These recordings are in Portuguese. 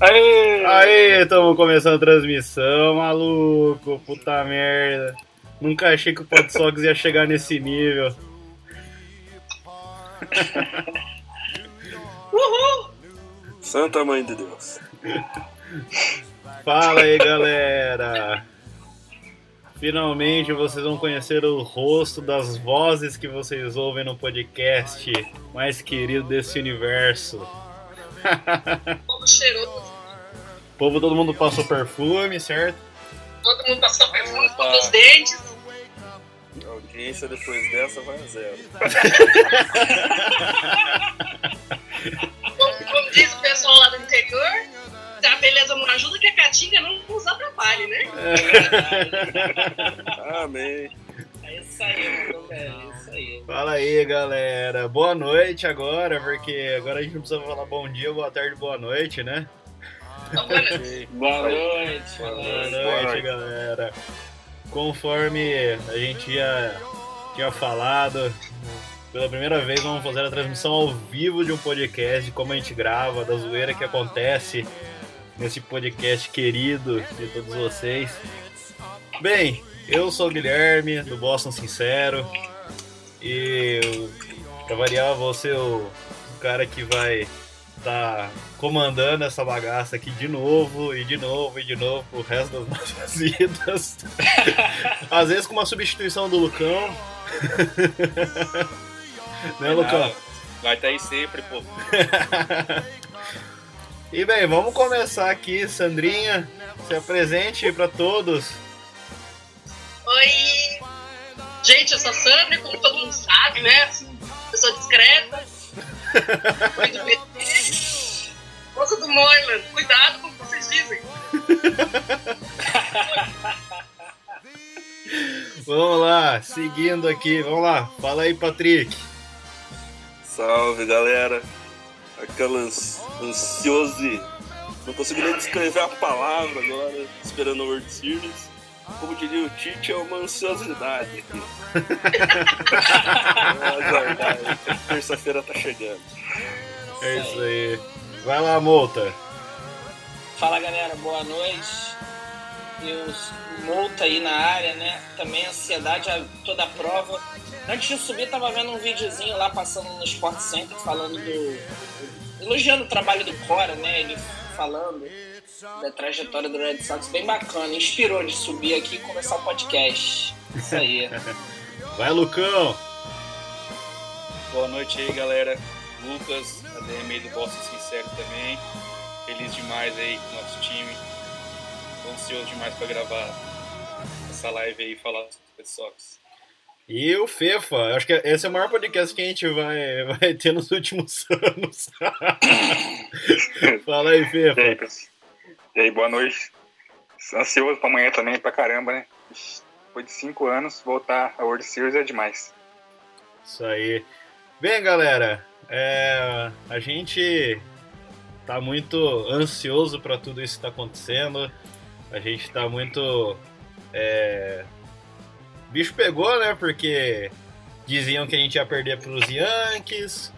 Aê! Aê, estamos começando a transmissão, maluco. Puta merda. Nunca achei que o PodSox ia chegar nesse nível. Santa Mãe de Deus. Fala aí, galera. Finalmente vocês vão conhecer o rosto das vozes que vocês ouvem no podcast mais querido desse universo. Como cheiroso. O povo, todo mundo passou perfume, certo? Todo mundo passou perfume Opa. com os dentes. A audiência depois dessa vai a zero. Como, como diz o pessoal lá do interior, a beleza não ajuda que a caatinga não nos atrapalhe, né? Amém. É isso aí, mano, velho. É isso aí. Fala aí, galera. Boa noite agora, porque agora a gente não precisa falar bom dia, boa tarde, boa noite, né? Então, mano, Boa noite. Boa Boa noite. noite, noite. galera. Conforme a gente tinha, tinha falado, pela primeira vez vamos fazer a transmissão ao vivo de um podcast, de como a gente grava, da zoeira que acontece nesse podcast querido de todos vocês. Bem, eu sou o Guilherme, do Boston Sincero, e eu, pra variar, você o cara que vai tá comandando essa bagaça aqui de novo e de novo e de novo pro resto das nossas vidas. Às vezes com uma substituição do Lucão. né, Lucão? Vai estar aí sempre, pô. E bem, vamos começar aqui, Sandrinha. Se apresente pra todos. Oi! Gente, eu sou a Sandra, como todo mundo sabe, né? Assim, eu sou discreta. Fui do PT. Moça do Moiland, cuidado com o que vocês dizem. Vamos lá, seguindo aqui. Vamos lá, fala aí, Patrick. Salve, galera. Aquela ans- ansiose. Não consigo nem descrever a palavra agora, esperando a World Series. Como diria o Tite, é uma ansiosidade. Vamos aguardar. Terça-feira tá chegando. É isso aí. Vai lá, Mouta. Fala galera, boa noite. Eu multa aí na área, né? Também ansiedade a toda prova. Antes de subir, tava vendo um videozinho lá passando no Sport Center falando do. elogiando o trabalho do Cora, né? Ele falando da trajetória do Red Sox, bem bacana. Inspirou de subir aqui e começar o podcast. Isso aí. Vai, Lucão. Boa noite aí, galera. Lucas, ADM do Boston Sincero também. Feliz demais aí com o nosso time. Tô ansioso demais pra gravar essa live aí e falar dos Red Sox. E o Fefa, eu acho que esse é o maior podcast que a gente vai, vai ter nos últimos anos. Fala aí, E aí, Fefa. pessoal? E aí, boa noite. Ansioso pra amanhã também, pra caramba, né? Ixi, Depois de cinco anos, voltar a World Series é demais. Isso aí. Bem, galera, é, a gente tá muito ansioso para tudo isso que tá acontecendo. A gente tá muito. é, Bicho pegou, né? Porque diziam que a gente ia perder pros Yankees,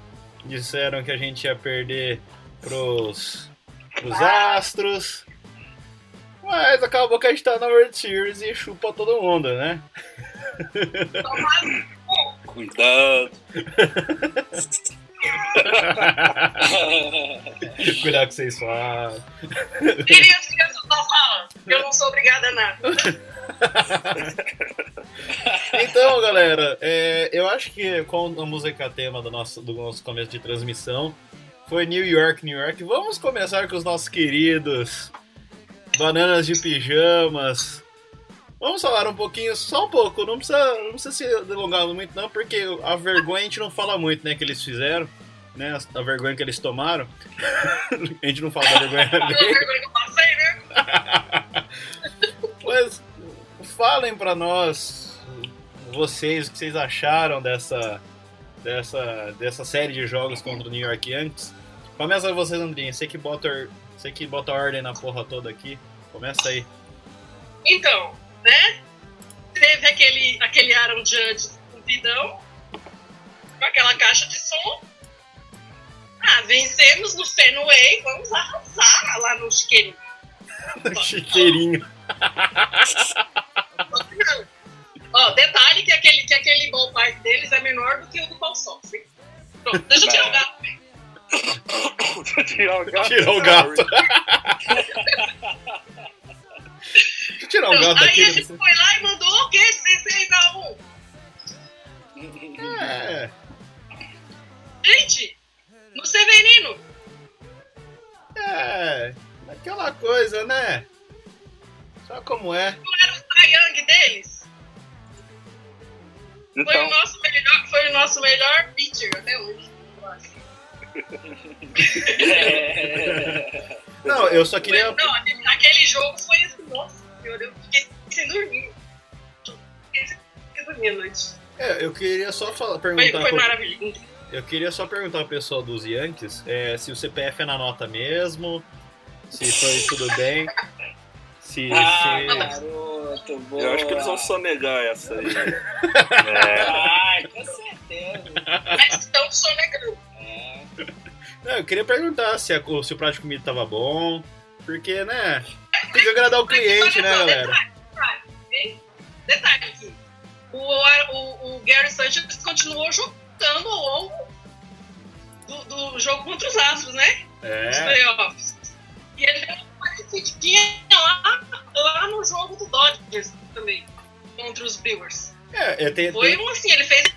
disseram que a gente ia perder pros, pros Astros. Mas acabou que a gente tá na World Series e chupa todo mundo, né? Cuidado. Cuidado com o que vocês falam. Queria as crianças da sala, eu não sou obrigada a nada. Então, galera, é, eu acho que com a música tema do nosso, do nosso começo de transmissão foi New York, New York. Vamos começar com os nossos queridos Bananas de Pijamas. Vamos falar um pouquinho, só um pouco, não precisa, não precisa se delongar muito não, porque a vergonha a gente não fala muito, né, que eles fizeram, né, a vergonha que eles tomaram. a gente não fala da vergonha Pela deles. vergonha que eu passei, né? Mas falem pra nós, vocês, o que vocês acharam dessa, dessa, dessa série de jogos contra o New York Yankees. Começa vocês, Andrinha. Você que bota, or- você que bota ordem na porra toda aqui. Começa aí. Então, né? Teve aquele, aquele Aaron Judge com vidão, com aquela caixa de som. Ah, vencemos no Fenway, vamos arrasar lá no chiqueirinho. Chiqueirinho. Não. Ó, detalhe que aquele, que aquele ballpark deles é menor do que o do Paulson. sim. Pronto, deixa eu tirar o gato. Tirar o gato. Tirou o gato. Deixa eu tirar É o gato Aí aqui. a gente foi lá e mandou o quê? 6 a 1. É. Gente, no Severino, É, aquela coisa, né? Sabe como é? não era o Triang deles? Foi, o Então, nosso melhor, foi o nosso melhor pitcher até hoje. eu acho. É, Não, eu só Foi- queria. Não, aquele, aquele jogo foi assim, nossa senhora, eu fiquei sem dormir. Fiquei sem dormir à noite. é, eu queria só falar, Foi, perguntar. foi pro- maravilhoso. eu queria só perguntar ao pessoal dos Yankees é, se o CPF é na nota mesmo, se foi tudo bem. Se. Ah, tá se- garoto, boa. Eu acho que eles vão só negar essa aí. é, Ai, Ah, com certeza. Mas então, estão sonegando. É. Não, eu queria perguntar se, a- se o prato de comida tava bom. Porque, né? Tem que agradar o cliente, né, galera? Detalhe aqui. O, o, o Gary Sanchez continuou jogando ao longo do, do jogo contra os Astros, né? Os É. playoffs. E ele deu uma parecidinha lá, lá no jogo do Dodgers também, contra os Brewers. É, é, tem, Foi tem, um assim, ele fez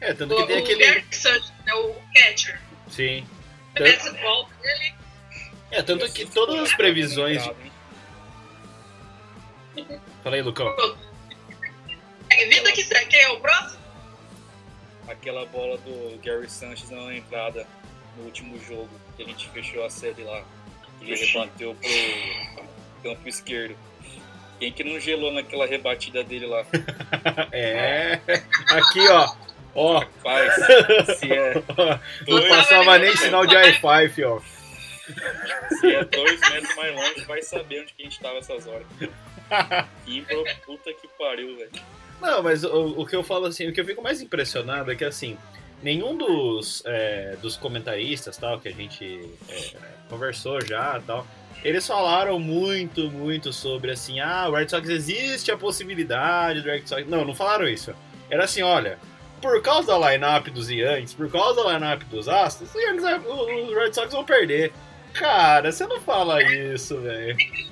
é tanto o, que tem o aquele. Gary Sanchez, né, o catcher. Sim. Parece bom, ele É, tanto que todas as previsões. de- Fala aí, Lucão. é vida que segue. Quem é o próximo? Aquela bola do Gary Sanchez na entrada no último jogo, que a gente fechou a série lá. E ele bateu pro campo esquerdo. Quem que não gelou naquela rebatida dele lá? É. Aqui, ó. Ó, Rapaz, se é, não passava nem sinal de Wi-Fi, ó. se é dois metros mais longe, vai saber onde que a gente tava essas horas. Imbro, puta que pariu, velho. Não, mas o, o que eu falo assim, o que eu fico mais impressionado é que assim, nenhum dos, é, dos comentaristas tal, que a gente é, conversou já tal, eles falaram muito, muito sobre assim, ah, o Red Sox existe a possibilidade do Red Sox. Não, não falaram isso. Era assim, olha, por causa da lineup dos Yankees, por causa da lineup dos Astros, os, Yankees vai- os Red Sox vão perder. Cara, você não fala isso, velho. que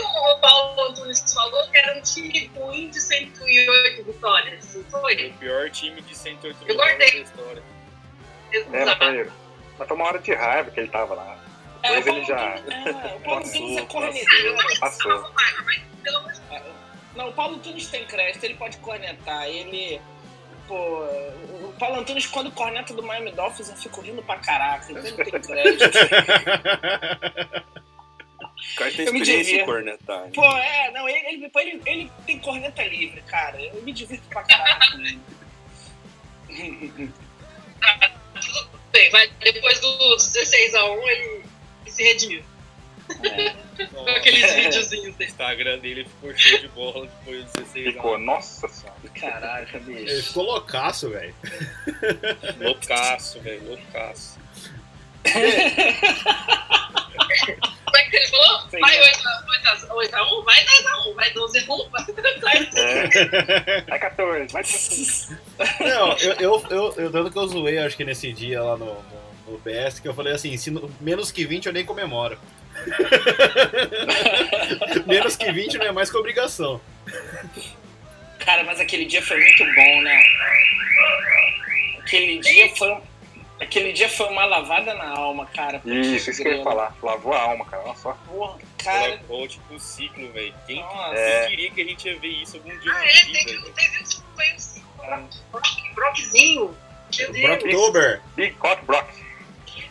o Paulo Antunes falou que era um time ruim de 108 vitórias. Não foi? O pior time de 108 Eu guardei. vitórias da história. é, mas Exato. foi, mas foi uma hora de raiva que ele tava lá. É, Depois ele já Ah, o Paulo Tunes é Passou, corneteiro. né? passou. Não, o Paulo Tunes tem crédito, ele pode cornetar. Ele. Pô, o Paulo Antunes, quando corneta do Miami Dolphins, eu fico rindo pra caraca. Então ele tem crédito. O cara tem Eu me experiência diria. em cornetar. né? Pô, é, não, ele, ele, pô, ele, ele tem corneta livre, cara. Eu me divirto pra caraca. com ele. Tudo bem, vai. Depois do 16 a 1 ele ele se redimiu. É. Ó, Com aqueles videozinhos O dele. Instagram dele ficou cheio de bola depois do 16 Ficou, anos. nossa senhora. Caraca, Ele bicho. ficou loucaço, velho. Loucaço, velho, loucaço. Como é que ele falou? Sei Vai não. 8 a, 8 a, 8 a 1, vai 10 a 1, vai 12 a 1. vai- É. Vai 14, vai 14. Não, eu, eu, eu, eu- tanto que eu zoei, acho que nesse dia lá no, no, no PS, que eu falei assim, se no- menos que 20 eu nem comemoro. menos que 20 não é mais que obrigação. Cara, mas aquele dia foi muito bom, né? Aquele dia foi, aquele dia foi uma lavada na alma, cara. Putz, Isso, isso que eu ia grilo. falar. Lavou a alma, cara. Olha só. Porra, cara. Colocou tipo um ciclo, velho. é Quem Nossa. quem queria que a gente ia ver isso algum dia Ah, na é, vida, teve, velho? teve um tipo, foi um cinco, Brock, Brockzinho. Meu Deus. Brocktober. Big Cod Brock.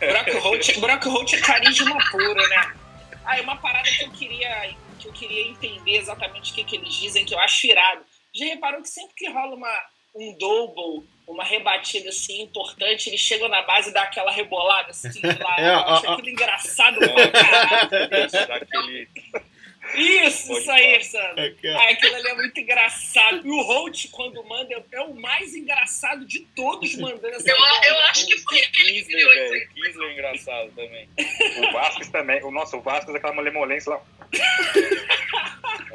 Brock Holt, Brock Holt é carisma puro, né? Ah, é uma parada que eu queria, que eu queria entender exatamente o que, que eles dizem, que eu acho irado. Já reparou que sempre que rola uma, um double, uma rebatida assim importante, eles chegam na base e dá aquela rebolada assim lá. É, eu acho ó, ó. aquilo engraçado pra caralho. Nossa, daquele Isso, Pode isso aí, Sandro. É que, ó, Ah, aquilo ali é muito engraçado. E o Holt, quando manda, é- é o mais engraçado de todos mandando essa Eu, bola. eu acho que foi ele que Kisler, criou isso aí. velho. Kisler é engraçado também. O Vasco também. O nosso Vasco é aquela malemolência lá.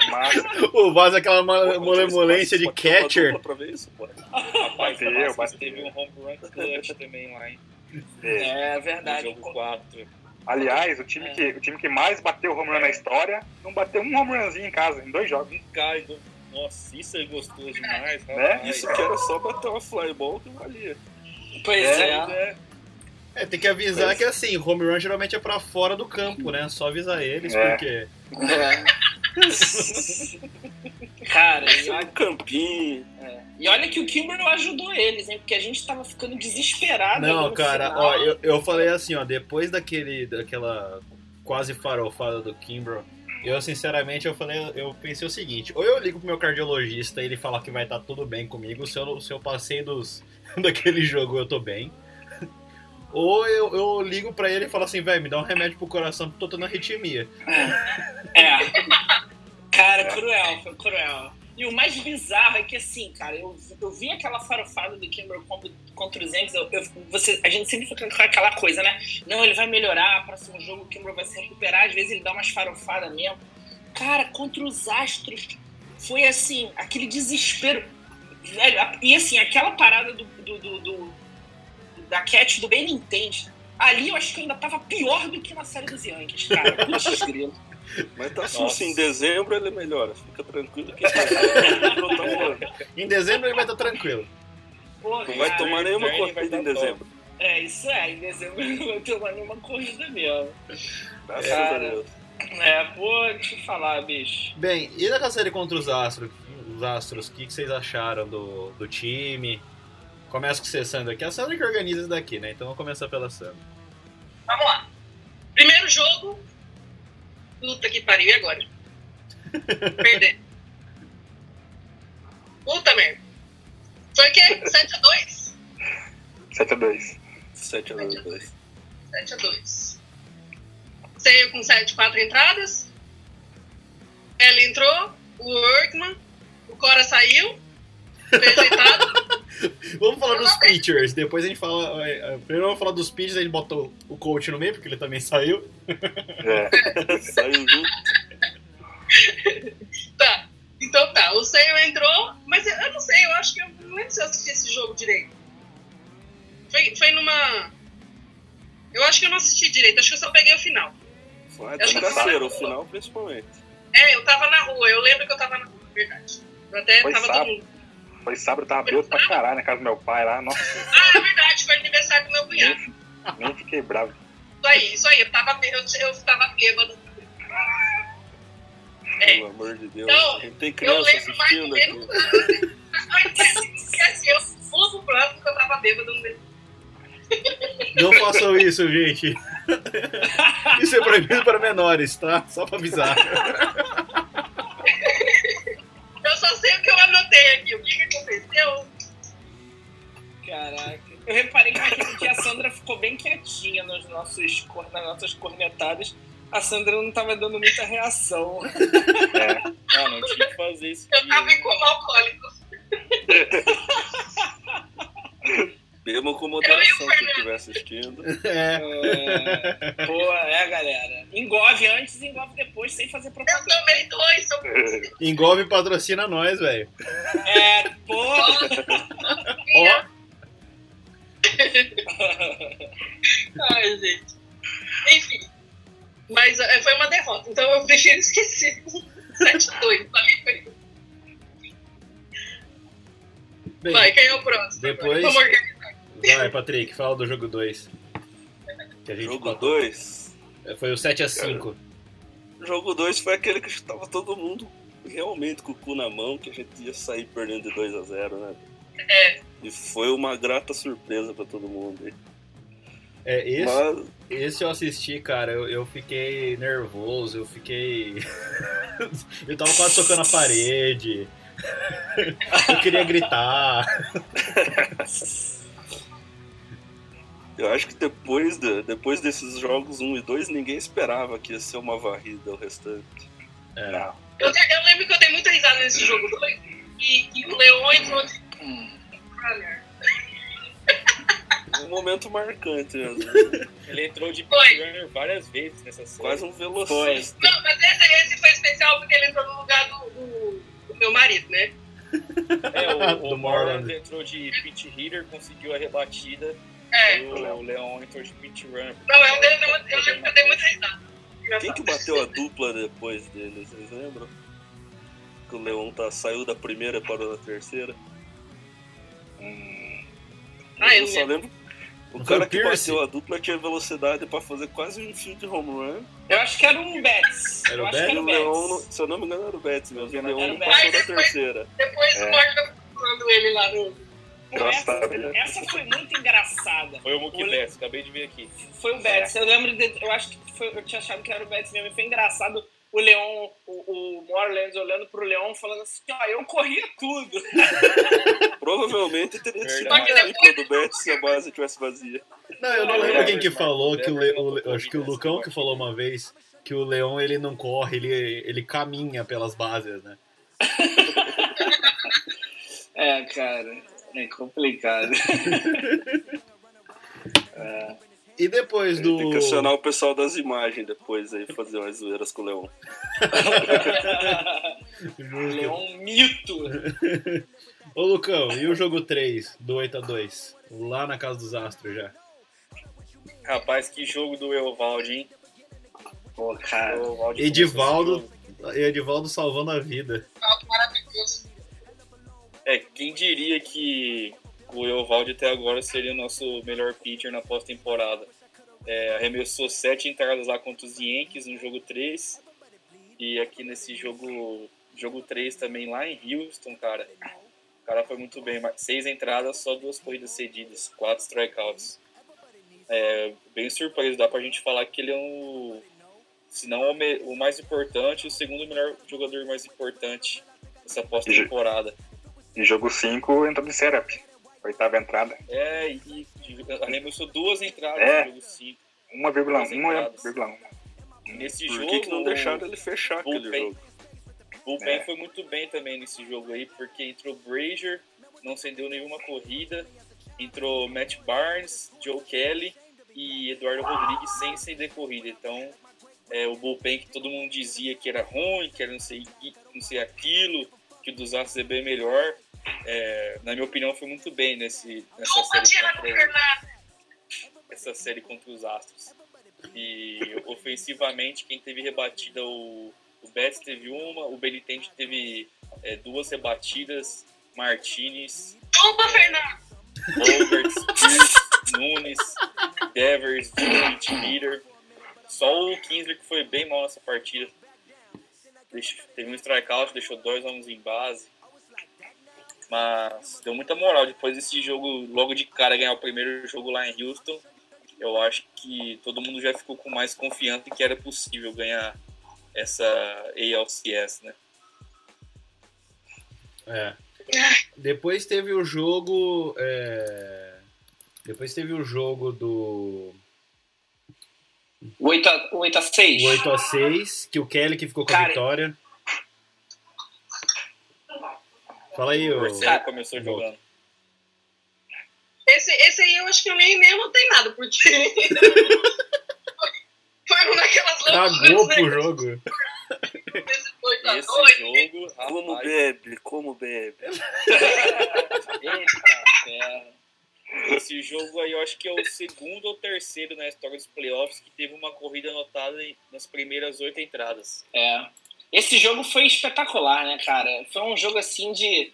Mas, O Vaz é aquela mole- molemolência de Pode ter uma catcher. dupla Pra ver isso, pô. Rapaz, Bateu, o Vasco bateu. teve um home run clutch também lá, hein? é, É No verdade. jogo 4. aliás, o time, que, o time que mais bateu home run na história não bateu um home runzinho em casa, em dois jogos. Cai, do- Um nossa, isso é gostoso demais, Né? rapaz. Isso que era só bater uma flyball que valia. Pois É, é. é. É, tem que avisar que assim, home run geralmente é pra fora do campo, né? Só avisar eles, É. porque. É. Cara, e Isso é olha, um campinho. e olha que o Kimber não ajudou eles, hein? Porque a gente tava ficando desesperado. ali Não, no cara, final. ó, eu, eu falei assim, ó, depois daquele, daquela quase farofada do Kimbrough, eu sinceramente eu falei, eu pensei o seguinte, ou eu ligo pro meu cardiologista e ele falar que vai estar tudo bem comigo, se eu, não- se eu passei dos, daquele jogo eu tô bem. Ou eu, eu ligo pra ele e falo assim, velho, me dá um remédio pro coração porque eu tô tendo arritmia. É. Cara, cruel, foi cruel. E o mais bizarro é que, assim, cara, eu, eu vi aquela farofada do Kimber combo contra os Yankees, eu, eu- você, a gente sempre fica com aquela coisa, né? Não, ele vai melhorar, próximo jogo o Kimber vai se recuperar, às vezes ele dá umas farofadas mesmo. Cara, contra os Astros, foi assim, aquele desespero. Velho, a- e assim, aquela parada do, do, do- do- da Cat do bem entende. Ali eu acho que eu ainda tava pior do que na série dos Yankees, cara. Putz, grilo. Mas tá Nossa. susto, em dezembro ele melhora. Fica tranquilo que ele vai botar um ano. Em dezembro ele vai estar tranquilo. Porra, Não vai cara, tomar nenhuma Vai corrida dar em dezembro. É, isso é, em dezembro eu não vou tomar nenhuma corrida mesmo. Graças a Cara. Deus. É, pô, deixa eu falar, bicho. Bem, e daquela série contra os Astros? Os Astros, o que, que vocês acharam do, do time? Começa com você, Sandra, que é a Sandra que organiza isso daqui, né? Então vamos começar pela Sandra. Vamos lá. Primeiro jogo. Puta que pariu, e agora? Perder. Puta merda. Foi o quê? 7x2? 7x2. 7 a 2. 7x2. Saiu com 7, 4 entradas. Ela entrou, o Workman, o Cora saiu. Foi ajeitado. Vamos falar dos pitchers, depois a gente fala. eh, eh, Primeiro vamos falar dos pitchers, a gente bota o o coach no meio, porque ele também saiu. É. Saiu junto. tá. Então tá, o Sale entrou, mas eu, eu não sei, eu acho que eu não lembro se eu assisti esse jogo direito. Foi, foi numa. Eu acho que eu não assisti direito, acho que eu só peguei o final. Foi uma Eu acho que desgraceira, foi. o final principalmente. É, eu tava na rua, eu lembro que eu tava na rua, na verdade. Eu até Foi tava sábado. todo mundo. Foi sábado, eu tava bêbado pra caralho na casa do meu pai lá. Nossa, Ah, na verdade, foi aniversário do meu cunhado. Isso nem fiquei bravo. aí, isso aí, eu tava, bê- eu, eu tava bêbado. É. Pelo amor de Deus. Não, Quem tem Eu criança lembro mais ou assistindo aqui. menos. Esquece, eu fumo pro ano porque eu tava bêbado. não lembro. Não façam isso, gente. Isso é proibido para menores, tá? Só pra avisar. Eu só sei o que eu anotei aqui, o que, que aconteceu. Caraca. Eu reparei que naquele dia a Sandra ficou bem quietinha nos nossos, cor- nas nossas cornetadas. A Sandra não tava dando muita reação. É. Ah, não tinha que fazer isso. Eu tava em coma alcoólico. Bebam com moderação quem estiver assistindo. É. É, boa, é, galera. Engove antes e engove depois, sem fazer Eu propaganda. tomei dois, eu Engolve patrocina nós, velho. É, porra. Ó, Ai, gente. Enfim. Mas é, foi uma derrota, então eu prefiro esquecer. 7-2, falei pra ele. bem, Vai, quem é o próximo? Depois- Vamos organizar. vai, Patrick, fala do jogo 2. Jogo 2. Foi o 7x5. Jogo 2 foi aquele que estava todo mundo realmente com o cu na mão, que a gente ia sair perdendo de 2 a 0 né? É. E foi uma grata surpresa pra todo mundo. É, esse. Mas Esse eu assisti, cara, eu, eu fiquei nervoso, eu fiquei. eu tava quase tocando a parede. eu queria gritar. eu acho que depois, um de- depois desses jogos 1 e 2, ninguém esperava que ia ser uma varrida o restante. É. Eu, eu lembro que eu dei muita risada nesse jogo 2 e, e o Leon entrou de. Runner. Um momento marcante, né? Ele entrou de Foi. Runner várias vezes nessa série. quase um velocista. Não, mas esse, esse foi especial porque ele entrou no lugar do, do- do meu marido, né? É, o, Do o Morland. Morland entrou de pitch hitter, conseguiu a rebatida. É. E o, o Leon entrou de pitch runner. Não, eu, dei- eu, eu lembro que eu dei muita risada. Quem Engraçado. que bateu a dupla depois dele, vocês lembram? Que o Leon tá, saiu da primeira e parou na terceira. Ah, eu eu só lembro. lembro. O Não cara foi o que Pierce? bateu a dupla tinha velocidade pra fazer quase um field home run. Eu acho que era um Betts. Era eu o acho E que Betts? era o um Leon, Betts. não- se eu não me engano, era o Betts, mas o Leon Era o não passou da Betts. terceira. Depois o Morgan tá falando ele lá no. Pô, essa, Nossa, né? velho. essa foi muito engraçada. Foi o Mookie O- Betts, acabei de ver aqui. Foi o Betts. Eu lembro de, Eu acho que foi, eu tinha achado que era o Betts mesmo. E foi engraçado o Leon, o, o Morland olhando pro Leon falando assim, ó, eu corria tudo. Provavelmente teria sido Só uma que dupla depois- do Betts se a base tivesse vazia. Não, eu não É lembro verdade, quem que irmão. falou que o, Le, o Le- Deve ter acho que o ouvido Lucão essa que falou uma vez que o Leão ele não corre, ele, ele caminha pelas bases, né? É, cara. É complicado. E depois do Tem que acionar o pessoal das imagens depois aí, fazer umas zoeiras com o Leon. Justo. Leon mito. Ô Lucão, e o jogo 3 do 8 a 2 lá na casa dos Astros já. Rapaz, que jogo do Eovaldi, hein? Pô, cara. O Eovaldi Edivaldo. começou esse jogo. E Edivaldo salvando a vida. Maravilhoso. É, quem diria que o Eovaldi até agora seria o nosso melhor pitcher na pós-temporada. É, arremessou sete entradas lá contra os Yankees no jogo 3. E aqui nesse jogo jogo 3 também lá em Houston, cara. O cara foi muito bem. mas Seis entradas, só duas corridas cedidas, quatro strikeouts. É, bem surpreso, dá pra gente falar que ele é um. Se não o, me- o mais importante, o segundo melhor jogador mais importante dessa pós-temporada. E jogo 5, entrou de setup. Oitava entrada. É, e de- arremessou duas entradas É. no jogo 5. 1,1. Entradas. 1,1. Nesse Por jogo, que, que não deixaram ele fechar aquele bullpen. jogo? o Bullpen É. foi muito bem também nesse jogo aí, porque entrou Brazier, não cedeu nenhuma corrida, entrou Matt Barnes, Joe Kelly e Eduardo Rodrigues sem ceder corrida. Então, é, o Bullpen que todo mundo dizia que era ruim, que era não sei, i- não sei aquilo, que o dos Astros é bem melhor, é, na minha opinião, foi muito bem nesse, nessa Opa, série tá Thiago contra- Bernardo. essa série contra os Astros. E ofensivamente, quem teve rebatida, o, o Betts teve uma, o Benitente teve é, duas rebatidas, Martinez, Opa, Fernando. Roberts, Cruz, Nunes, Devers, Smith, Peter. Só o Kinsley que foi bem mal nessa partida. Deixou- teve um strikeout, deixou dois homens em base. Mas deu muita moral depois desse jogo, logo de cara ganhar o primeiro jogo lá em Houston. Eu acho que todo mundo já ficou com mais confiança de que era possível ganhar essa ALCS, né? É. Depois teve o jogo. é, Depois teve o jogo do 8 a, 8 a 6. 8 a 6 que o Kelly que ficou com a Cara, vitória. Fala aí, O ô. Marcelo começou jogando. Esse, esse aí eu acho que eu nem, nem anotei nada, porque. foi uma daquelas Cagou né? pro jogo. Esse foi pra Esse dois. jogo, Como rapaz, bebe, como bebe. Eita, ferro. Esse jogo aí eu acho que é o segundo ou terceiro na história dos playoffs que teve uma corrida anotada em- nas primeiras oito entradas. É. Esse jogo foi espetacular, né, cara? Foi um jogo assim de,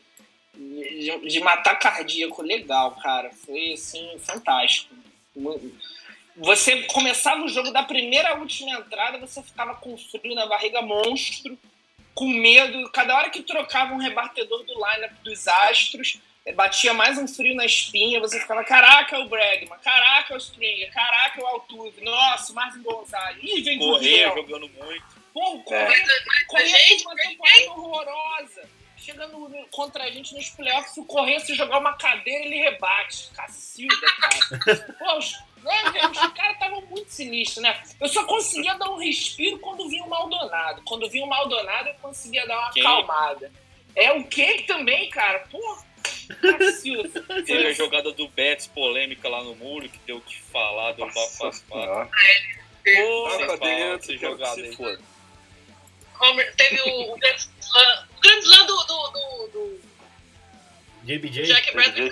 de, de matar cardíaco, legal, cara. Foi assim, fantástico. Mu- Você começava o jogo da primeira à última entrada, você ficava com frio na barriga monstro, com medo. Cada hora que trocava um rebatedor do lineup dos astros, eh, batia mais um frio na espinha, você ficava, caraca, é o Bregman, caraca, é o Stringer, caraca, é o Altuve, nossa, o Marvin Gonzalez, ih, vem Correr, Gurriel." jogando muito. Porra, É. correndo, correndo Gente, uma temporada horrorosa. chega no, no- contra a gente nos playoffs, se o Correia se jogar uma cadeira, ele rebate. Cacilda, cara. Pô, os, né, velho, os caras estavam muito sinistros, né? Eu só conseguia dar um respiro quando vinha o Maldonado. Quando vinha o Maldonado, eu conseguia dar uma Quem? acalmada. É o que também, cara? Pô, Cacilda. Teve a jogada do Betts polêmica lá no muro, que deu o que falar, deu um Nossa bafafá. senhora. Pô, Tá pra dentro, dentro, jogada jogada aí. se for. Homer, teve o, o Grand Slam, o Grand Slam do, do, do, do JBJ? Jack Bradley.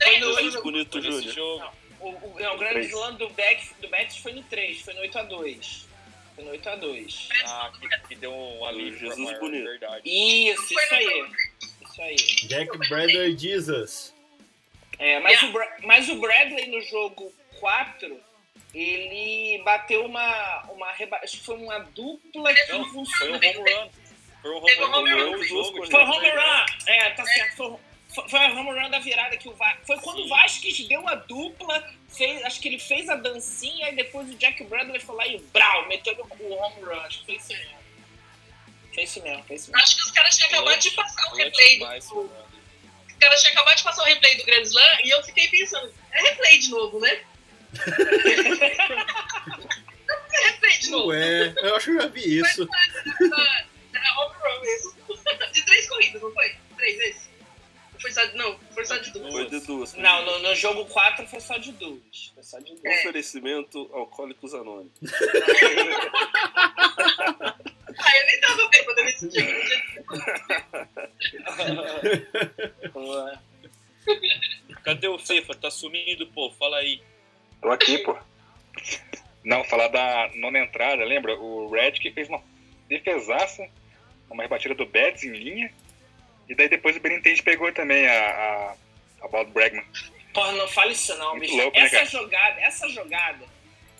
Três Foi no- anos. Bonito, Esse Júnior. jogo. O, o, não, o grande Três. slam do, Beck, do Betis foi no 3, foi no 8x2. Foi no 8x2. Ah, que, que deu um alívio pra Jesus Myron, bonito. verdade. Isso, isso aí. Isso aí. Jack Bradley Jesus. É, mas, o Bra- mas o Bradley no jogo 4, ele bateu uma. uma reba- acho que foi uma dupla que Não, não Foi um funcionou. home run. Foi um home Teve um run. home ganhou run. o jogo, Foi um tipo, home run! É, tá certo. Foi, foi- foi a home run da virada que o Va... Foi quando o Vasquez deu a dupla, fez, acho que ele fez a dancinha e depois o Jack Bradley foi lá e brau, meteu o home run. Acho que foi isso mesmo. Foi isso mesmo, foi isso mesmo. Acho que os caras tinham acabado de passar o Foi replay do. demais, Os mano. caras tinham acabado de passar o replay do Grand Slam e eu fiquei pensando, é replay de novo, né? é replay de novo. Ué, eu acho que eu já vi isso. Ah, Era home run mesmo. De três corridas, não foi? Três vezes? Não foi só de, não, foi só de duas. Foi né? de duas. Não, no, no jogo 4 foi só de duas. Foi só de duas. É. Oferecimento Alcoólicos Anônimos. Ah, eu nem tava bêbada nesse dia. Boa. Cadê o Fefa? Tá sumindo, pô. Fala aí. Tô aqui, pô. Não, falar da nona entrada, lembra? O Red que fez uma defesaça, uma rebatida do Betts em linha. E daí depois o Benitez pegou também a, a, a bola do Bregman. Porra, não fala isso não, Muito bicho. louco, né, essa cara? jogada, essa jogada.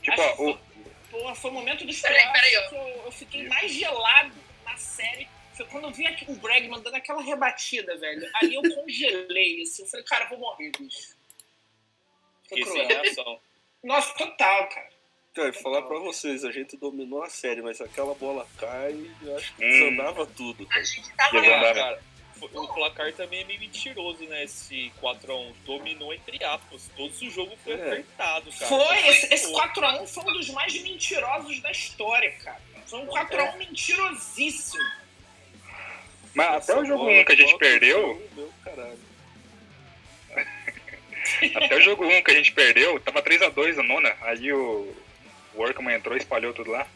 Tipo, acho que ó, o, foi- Porra, foi o momento dos Peraí, playoffs peraí, ó. que eu, eu fiquei mais gelado na série. Foi quando eu vi aqui o Bregman dando aquela rebatida, velho. Ali eu congelei, assim. Eu falei, cara, eu vou morrer, bicho. Foi Esqueci a cruel. reação. é- Nossa, total, cara. Cara, Então, falar pra vocês, a gente dominou a série, mas aquela bola cai e eu acho que Hum. desandava tudo. A gente tava Legal. lá. Ah, Levandaram. cara, foi- o placar também é meio mentiroso, né? Esse 4x1 dominou entre aspas. Todo o jogo foi É. apertado, cara. Foi, esse, esse Pô, 4x1 foi um dos mais mentirosos da história, cara. Foi um 4x1 mentirosíssimo. mas Essa Ah, até o um jogo bola 1 que a gente toca, perdeu, Meu caralho. até o jogo 1 que a gente perdeu, tava 3x2 a nona. Aí o, o Workman entrou e espalhou tudo lá.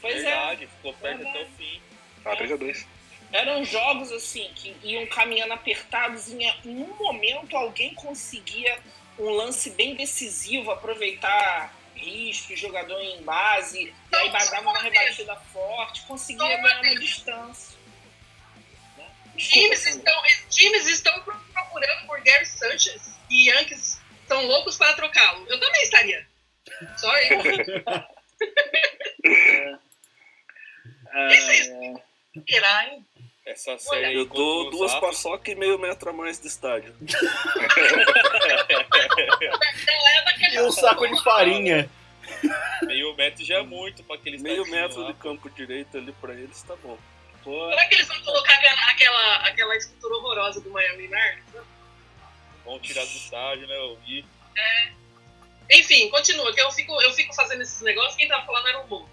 Pois é. Verdade, ficou perto até o fim. Tava 3x2. eram jogos assim que iam caminhando apertados e em um momento alguém conseguia um lance bem decisivo, aproveitar risco, jogador em base, e aí bagava uma rebatida forte, conseguia ganhar na distância. Né? Desculpa, Times Sandra. estão, times estão procurando por Gary Sanchez e Yankees estão loucos para trocá-lo. Eu também estaria. Só eu. é Será, hein? Essa série aí Eu contra o dou duas Osasco, paçoca e meio metro a mais do estádio. Galera, que E um saco de farinha. Meio metro já é muito pra aqueles Meio metro de campo direito ali pra eles, tá bom. Pô, Será que eles vão colocar aquela, aquela, aquela estrutura horrorosa do Miami Marlins? vão tirar do estádio, né? Eu vi. Enfim, continua, que eu fico, eu fico fazendo esses negócios. Quem tava falando era o Bo.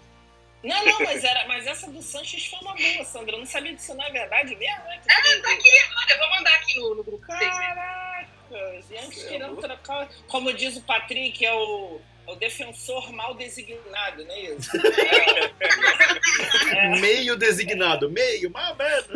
Não, não, mas, era, mas essa do Sanches foi uma boa, Sandra. Eu não sabia disso, não é verdade mesmo? né? Que tem- Tá aqui agora, eu vou mandar aqui no, no grupo pra Ah. vocês verem. Caracas! Yankees Cê é querendo louco. trocar. Como diz o Patrick, é o, é o defensor mal designado, não é isso? É, Meio designado. Meio, mas merda.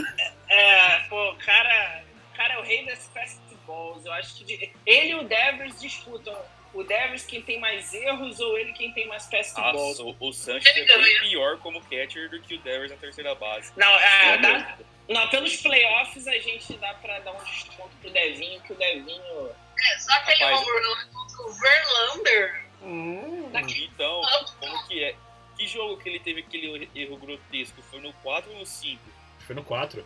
É, pô, o cara, o cara é o rei das fastballs. Eu acho que de- ele e o Devers disputam. O Devers quem tem mais erros ou ele quem tem mais Ah, fastballs. o, o Sanches é Ele ganha. bem pior como catcher do que o Devers na terceira base. Não, é, Pelo amor dá- não, pelos playoffs a gente dá pra dar um desconto pro Devinho, que o Devinho. É, só aquele Rapaz, home run contra o Verlander. Então, como que é? Que jogo que ele teve aquele erro grotesco? Foi no 4 ou no 5? Foi no 4.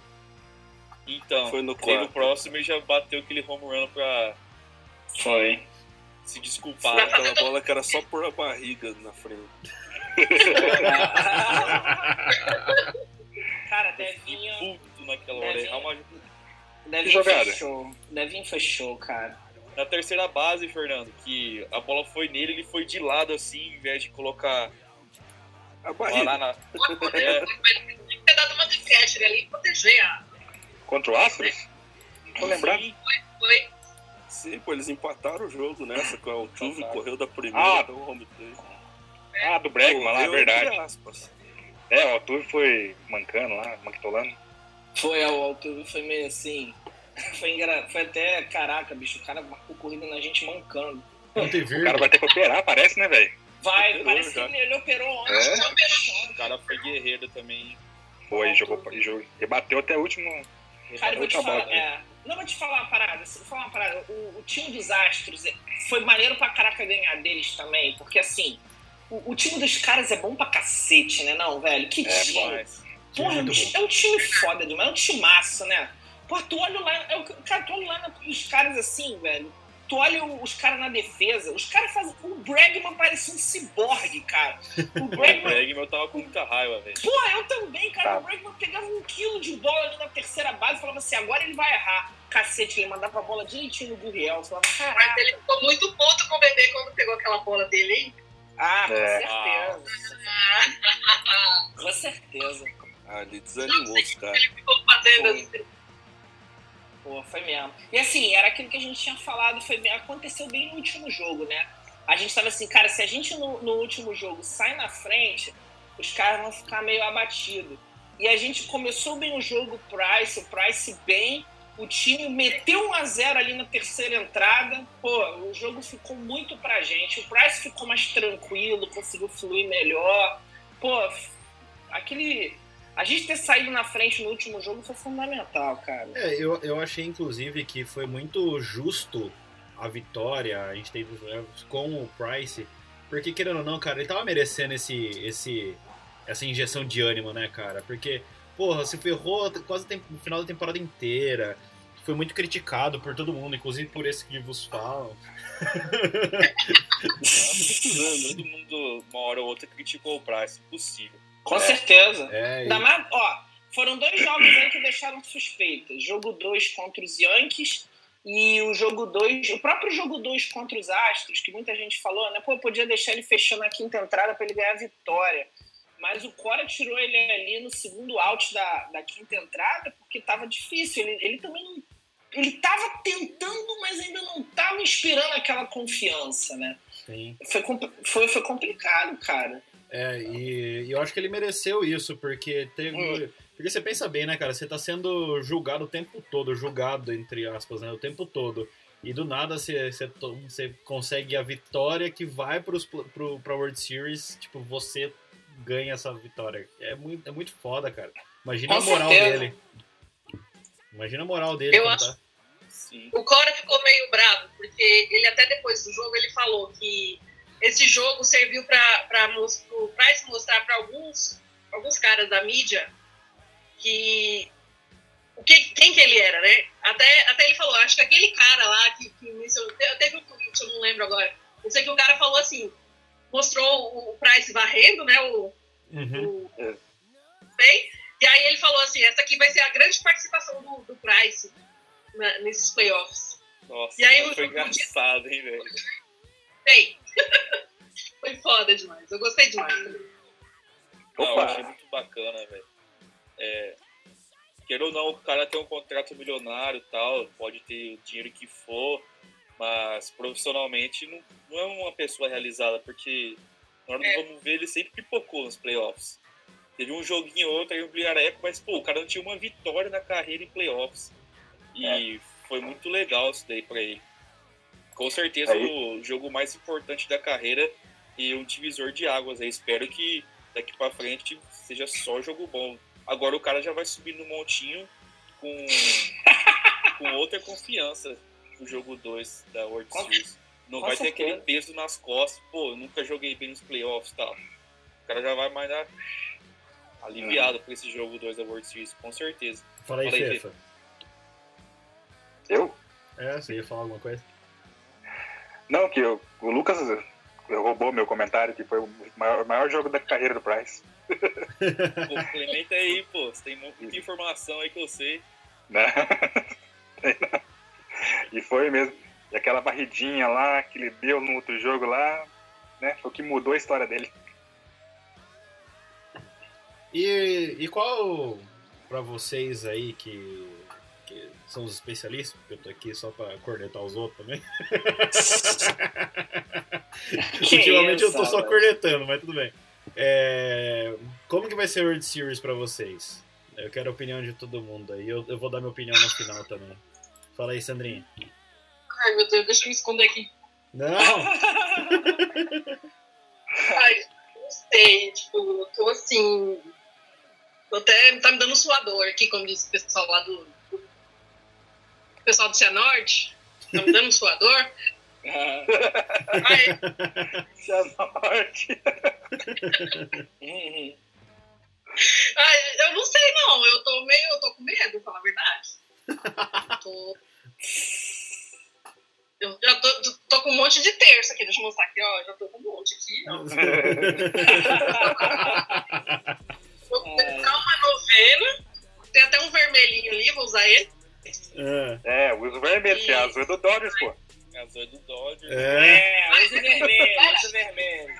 Então, Foi no teve o quarto. próximo e já bateu aquele home run pra Foi. se Foi desculpar. Então, aquela bola que era só por a barriga na frente. cara, Devinho. Puto naquela hora. Deve- Errar uma, Devin Que jogada? fechou. Devin fechou, cara. Na terceira base, Fernando, que a bola foi nele, ele foi de lado assim, em vez de colocar A lá, barriga. lá na. É, Ele tinha que ter dado uma de catcher ali e proteger a. Contra o Astros? Vou lembrar. Sim, Foi. Sim, pô, eles empataram o jogo nessa, com o Tuve Empataram. correu da primeira Ah. até o home plate. Ah, do Bregman lá, é Correu, verdade. entre aspas. É, o Arthur foi mancando lá, manctolando. Foi ao altura, foi meio assim. Foi, engra... foi até, caraca, bicho, o cara marcou corrida na gente mancando. Não tem O cara vírgula. vai ter que operar, parece, né, velho? Vai, Operou parece já. que ele operou ontem. É? já operou. o cara foi guerreiro também. Foi, jogou, e jogou. E bateu até o último. Cara, eu vou te Outra falar. bola, é, não, vou te falar uma parada. se- Vou falar uma parada. O, o time dos Astros é, foi maneiro pra caraca ganhar deles também, porque assim. O, o time dos caras é bom pra cacete, né, não, velho? Que É, time. Mas, Porra, é um, Muito ti- é um time foda, demais, é um time massa, né? Porra, tu olha lá, é o que- cara, tu olha lá na- os caras assim, velho. Tu olha o- os caras na defesa, os caras fazem. O Bregman parecia um ciborgue, cara. O o Bregman. Bregman eu tava com muita raiva, velho. Porra, eu também, cara. Tá. O Bregman pegava um quilo de bola ali na terceira base e falava assim: agora ele vai errar. Cacete, ele mandava a bola direitinho no Gurriel. Eu Falava, Mas caraca. ele ficou muito puto com o bebê quando pegou aquela bola dele, hein? Ah, com É. certeza. Com certeza. Ah, ele desanimou os caras. Ficou fazendo Foi. assim. Pô, foi mesmo. E assim, era aquilo que a gente tinha falado, foi bem- aconteceu bem no último jogo, né? A gente tava assim, cara, se a gente no, no último jogo sai na frente, os caras vão ficar meio abatidos. E a gente começou bem o jogo, o Price, o Price bem, o time meteu 1 a 0 ali na terceira entrada. Pô, o jogo ficou muito pra gente. O Price ficou mais tranquilo, conseguiu fluir melhor. Pô, f- aquele. A gente ter saído na frente no último jogo foi fundamental, cara. É, eu, eu achei, inclusive, que foi muito justo a vitória, a gente teve né, com o Price, porque, querendo ou não, cara, ele tava merecendo esse, esse, essa injeção de ânimo, né, cara? Porque, porra, se ferrou quase o tem- o final da temporada inteira, foi muito criticado por todo mundo, inclusive por esse que vos falam. Todo mundo, uma hora ou outra, criticou o Price, impossível. Com certeza. É, e- Ainda mais, ó, foram dois jogos aí que deixaram suspeita. Jogo 2 contra os Yankees e o jogo 2, o próprio jogo 2 contra os Astros, que muita gente falou, né? Pô, podia deixar ele fechando a quinta entrada pra ele ganhar a vitória. Mas o Cora tirou ele ali no segundo out da, da quinta entrada porque tava difícil. Ele, ele também não. Ele tava tentando, mas ainda não tava inspirando aquela confiança, né? Sim. Foi, compl- foi, foi complicado, cara. É, e, e eu acho que ele mereceu isso, porque teve. Porque você pensa bem, né, cara? Você tá sendo julgado o tempo todo, julgado, entre aspas, né? O tempo todo. E do nada você, você, to- você consegue a vitória que vai pros, pl- pro, pra World Series, tipo, você ganha essa vitória. É muito, é muito foda, cara. Imagina Com a moral certeza. dele. Imagina a moral dele. Eu quando acho- tá- Sim. O Cora ficou meio bravo, porque ele até depois do jogo ele falou que esse jogo serviu para se mostrar para alguns, alguns caras da mídia que, o que quem que ele era, né? Até, até ele falou, acho que aquele cara lá que, que mencionou, te- teve um tweet, eu não lembro agora. Eu sei que o cara falou assim, mostrou o, o Price varrendo, né? O, Uhum. o- É. bem. E aí ele falou assim, essa aqui vai ser a grande participação do, do Price na- nesses playoffs. Nossa, E aí, o foi jogo- engraçado, hein, velho. Sei. Foi foda demais. Eu gostei demais. Não, eu Opa. achei muito bacana, velho. É, queira ou não, o cara tem um contrato milionário e tal, pode ter o dinheiro que for, mas profissionalmente não, não é uma pessoa realizada, porque na hora É. do vamos ver, ele sempre pipocou nos playoffs. Teve um joguinho ou outro aí no Vilhareco, mas pô, o cara não tinha uma vitória na carreira em playoffs. E foi muito legal isso daí pra ele. Com certeza o jogo mais importante da carreira e um divisor de águas. Eu espero que daqui pra frente seja só jogo bom. Agora o cara já vai subir no montinho com, com outra confiança pro jogo 2 da World Com- Series. Não com vai ter certeza. aquele peso nas costas, pô, eu nunca joguei bem nos playoffs e tal. O cara já vai mais dar É. aliviado pra esse jogo 2 da World Series, com certeza. Fala aí, Fala aí, Fefa. Eu? É, você ia falar alguma coisa? Não, que eu- o Lucas roubou meu comentário, que foi o maior, maior jogo da carreira do Price. Complementa aí, pô, você tem muita informação aí que eu sei. Né? E foi mesmo. E aquela barridinha lá que ele deu no outro jogo lá, né? Foi o que mudou a história dele. E, e qual pra vocês aí que, que são os especialistas, porque eu tô aqui só pra cornetar os outros também. Ultimamente eu tô só rapaz? cornetando, mas tudo bem. É, como que vai ser a World Series pra vocês? Eu quero a opinião de todo mundo aí. Eu, eu vou dar minha opinião no final também. Fala aí, Sandrinha. Ai, meu Deus, deixa eu me esconder aqui. Não! Ai, não sei, tipo, tô assim. Tô até. Tá me dando um suador aqui, como disse o pessoal lá do. O pessoal do Cianorte. Tá me dando um suador. Ai, Cianorte. Uhum. ai, eu não sei, não. Eu tô meio. Eu tô com medo, falar a verdade. Eu tô. Eu já tô, tô- tô com um monte de terça aqui, deixa eu mostrar aqui, ó. Já tô com um monte aqui. ó. Vou comprar uma novena. Tem até um vermelhinho ali, vou usar ele. É, É, usa o vermelho, que é azul é do Dodgers, pô. Azul do Dodgers. é. É, usa o vermelho, usa o vermelho.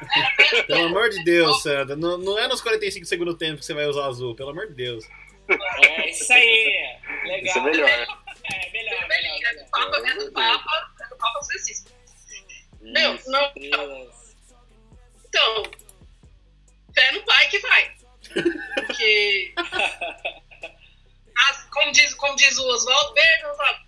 Pelo amor de Deus, Sandra. Não, não é nos 45 do segundo tempo que você vai usar azul, pelo amor de Deus. É isso aí. Legal. Isso é melhor. É, melhor, melhor, Vermelhinho, é do Papa, é do Papa, é do Papa Francisco. Meu, Isso. não, melhor. então. Fé no pai que vai. Porque. as- como, diz, como diz o Oswaldo, beijo, Oswaldo.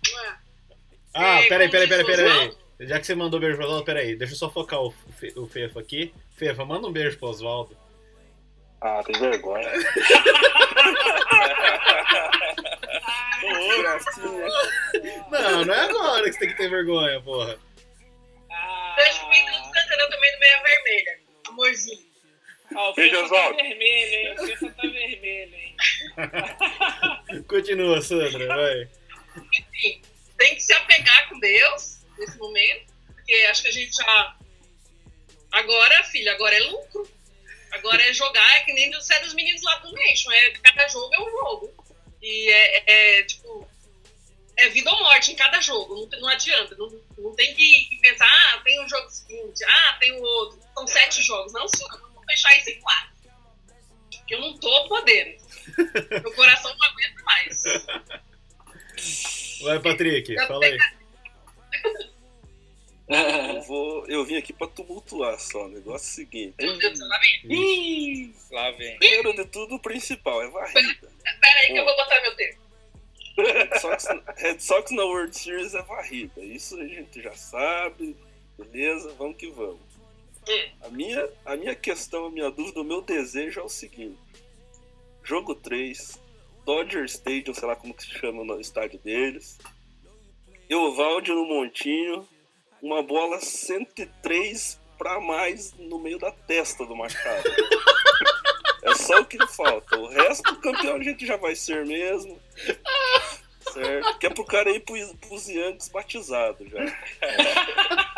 Ah, É, peraí, peraí, peraí, como diz o peraí. Já que você mandou beijo pro Oswaldo, peraí, deixa eu só focar o, Fe- o Fefa aqui. Fefa, manda um beijo pro Oswaldo. Ah, tem vergonha. Não, não é agora que você tem que ter vergonha, porra. Ah, Beijo pro Ítalo Santana também do Meia Vermelha. Amorzinho. ó, o Beijo, Fefa tá Oswaldo. vermelho, hein? O Fefa tá vermelho, hein? Continua, Sandra, vai. Enfim, tem que se apegar com Deus nesse momento. Porque acho que a gente já. Agora, filha, agora é lucro. Agora é jogar, é que nem do é dos meninos lá do Nation. É, cada jogo é um jogo. E é, é, tipo. É vida ou morte em cada jogo. Não, tem- não adianta. Não, não tem que pensar, ah, tem um jogo seguinte, ah, tem o outro. São sete jogos. Não, senhor, eu vou fechar isso em quatro. Porque eu não tô podendo. Meu coração não aguenta mais. Vai, Patrick, fala aí. Eu, vou, eu vim aqui pra tumultuar só. O negócio é o seguinte. Meu Deus, lá vem. Lá vem. Primeiro de tudo, o principal é varrida. Pera aí que eu vou botar meu tempo. Red Sox, Red Sox na World Series é varrida. Isso a gente já sabe. Beleza, vamos que vamos. A minha, a minha questão, a minha dúvida, o meu desejo é o seguinte: Jogo 3, Dodger Stadium, sei lá como que se chama o estádio deles. Eovaldi no Montinho, uma bola 103 pra mais no meio da testa do Machado. é só o que falta. O resto do campeão a gente já vai ser mesmo. Certo? Que é pro cara ir pro, pros Yankees batizado já.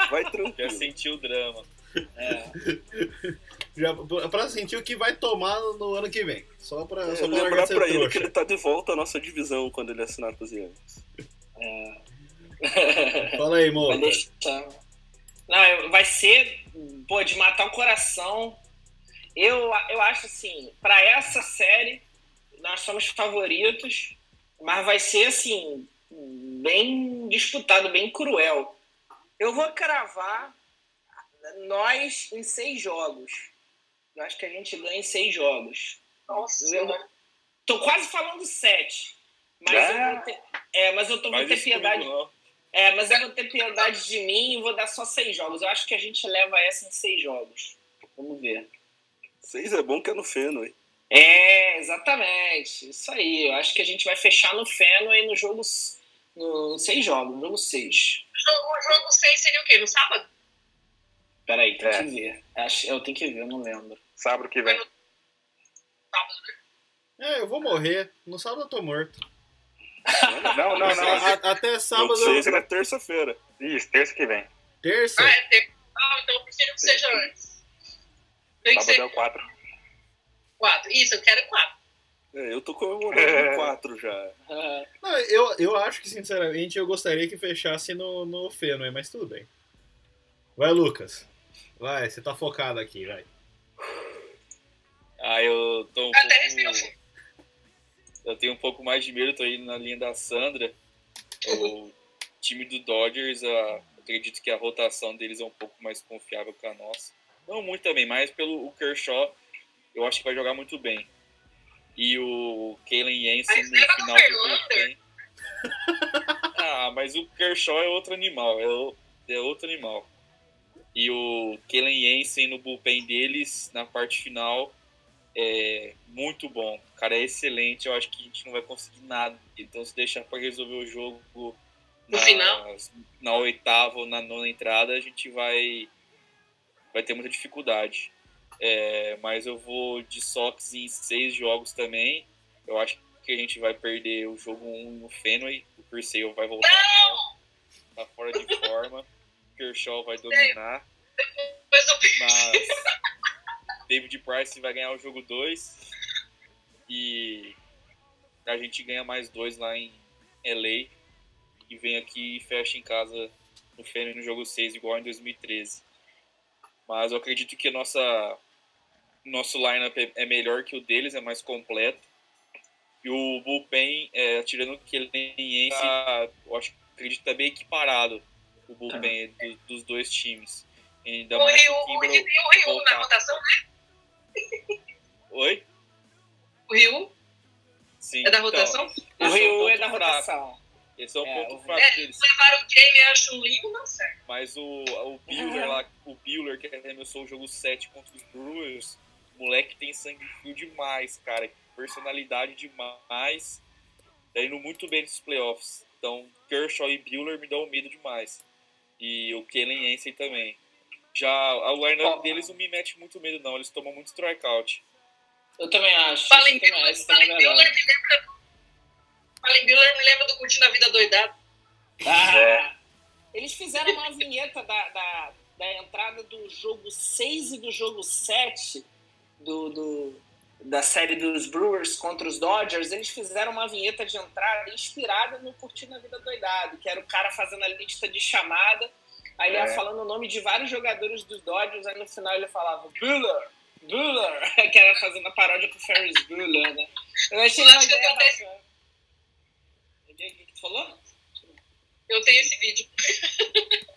Vai Já tranquilo. senti o drama. Já, pra sentir o que vai tomar no ano que vem. Só pra, É, só pra largar lembrar de ser pra ele que trouxa. ele tá de volta à nossa divisão quando ele assinar com os Yankees. Fala aí, Vai moço. deixar. Não, eu- vai ser, pô, de matar o coração. Eu, eu acho assim, pra essa série, nós somos favoritos, mas vai ser assim, bem disputado, bem cruel. Eu vou cravar nós em seis jogos. Eu acho que a gente ganha em seis jogos. Nossa, Eu tô quase falando sete. Mas eu vou ter, é, mas eu tô, vou Ah. Mas ter isso piedade. comigo não. É, mas eu vou ter piedade de mim e vou dar só seis jogos. Eu acho que a gente leva essa em seis jogos. Vamos ver. Seis é bom que é no Fenway. É, exatamente. Isso aí. Eu acho que a gente vai fechar no Fenway no jogo. s- No seis jogos, no jogo seis. o jogo 6 seria o quê? No sábado? Peraí, tem É. que ver. Acho, eu tenho que ver, eu não lembro. Sábado que vem. É, eu vou morrer. No sábado eu tô morto. Não, não, não. A- até Jogo sábado, seis é na terça-feira. Isso, terça que vem. terça. Ah, é ter... ah, então eu prefiro que seja antes. Tem que Sábado é ser o 4. 4. Isso, eu quero 4. É, eu tô comemorando quatro já. Ah, Não, eu, eu acho que, sinceramente, eu gostaria que fechasse no, no Fenway, mas tudo bem. Vai, Lucas. Vai, você tá focado aqui, vai. Ah, eu tô um Até respirou pouco. Eu tenho um pouco mais de medo, tô indo na linha da Sandra. O time do Dodgers, a- acredito que a rotação deles é um pouco mais confiável que a nossa. Não muito também, mas pelo o Kershaw, eu acho que vai jogar muito bem. E o Kalen Jensen Mas no lembra do final do Verlander? bullpen. Ah, mas o Kershaw é outro animal, é, o- é outro animal. E o Kellen Jensen no bullpen deles, na parte final, é muito bom. O cara é excelente, eu acho que a gente não vai conseguir nada. Então, se deixar pra resolver o jogo No final? na oitava ou na nona entrada, a gente vai, vai ter muita dificuldade. É, mas eu vou de Sox em seis jogos também. Eu acho que a gente vai perder o jogo 1 um no Fenway. O Perseio vai voltar mal. Tá fora de forma. Kershaw vai dominar. Mas eu Mas David Price vai ganhar o jogo 2. E a gente ganha mais dois lá em LA. E vem aqui e fecha em casa no Fênix no jogo 6, igual em 2013. Mas eu acredito que a nossa nosso lineup é- é melhor que o deles, é mais completo. E o bullpen, é, tirando que ele tem, tá, eu acho, acredito que tá bem equiparado o bullpen do- dos dois times. Ainda o mais que Ryu, o o Kimbrel- Ryu, o Ryu na voltar. rotação, né? Oi? O Ryu Sim. é da então, rotação? o esse é um Rio é ponto da fraco. rotação. Esse é um É, o- ponto fraco deles. Levaram o Jamie e a Chun-Li, não deu certo. Mas o, o É. Bueller lá, o Bueller que arremessou o jogo 7 contra os Brewers, o moleque tem sangue frio demais, cara. Personalidade demais. Tá indo muito bem nos playoffs. Então, Kershaw e Bueller me dão medo demais. E o Kellen Jensen também. Já o lineup Ó. deles não me mete muito medo, não. Eles tomam muito strikeout. Eu também acho. Fala em eu também acho, Bueller, isso fala também em é Bueller, verdade. me lembra. Fala em Bueller, me lembra do Curtindo a Vida Doidado. É. Ah, eles fizeram uma vinheta da, da, da entrada do jogo 6 e do jogo 7 do, do, da série dos Brewers contra os Dodgers. Eles fizeram uma vinheta de entrada inspirada no Curtindo a Vida Doidado, que era o cara fazendo a lista de chamada. Aí ele É. ia falando o nome de vários jogadores dos Dodgers, aí no final ele falava Bueller, Bueller, que era fazendo a paródia com o Ferris Bueller, né? Eu achei Eu uma acho que eu ideia também. bacana. O que que tu falou? Eu tenho esse vídeo.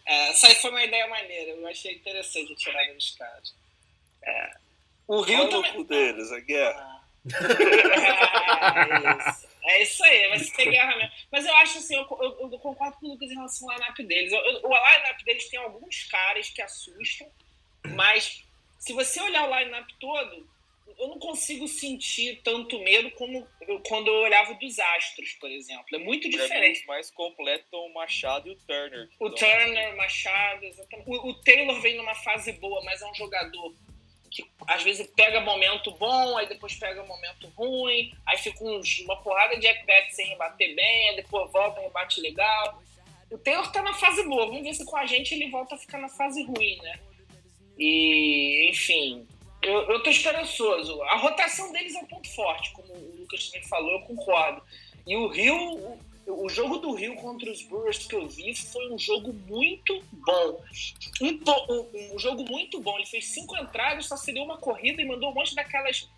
É, essa aí foi uma ideia maneira. Eu achei interessante a tirada dos caras. É. O Rio Olha o também. cu deles, a guerra. Ah, é isso. É isso aí, vai ser guerra mesmo. Mas eu acho assim, eu, eu- eu concordo com o Lucas em relação ao lineup deles. Eu- eu- o lineup deles tem alguns caras que assustam, mas se você olhar o lineup todo, eu não consigo sentir tanto medo como eu- quando eu olhava o dos Astros, por exemplo. É muito Pra mim, diferente. os mais completos são o Machado e o Turner. O Então, Turner, Machado, exatamente. O, o Taylor vem numa fase boa, mas é um jogador que às vezes pega momento bom, aí depois pega momento ruim, aí fica uns- uma porrada de at sem rebater bem, aí depois volta e rebate legal. O Taylor tá na fase boa, vamos ver se com a gente ele volta a ficar na fase ruim, né? E, enfim, eu, eu tô esperançoso. A rotação deles é um ponto forte, como o Lucas também falou, eu concordo. E o Rio, o- o jogo do Rio contra os Brewers que eu vi foi um jogo muito bom. Um, po- um- um jogo muito bom. Ele fez cinco entradas, só cedeu uma corrida e mandou um monte daquelas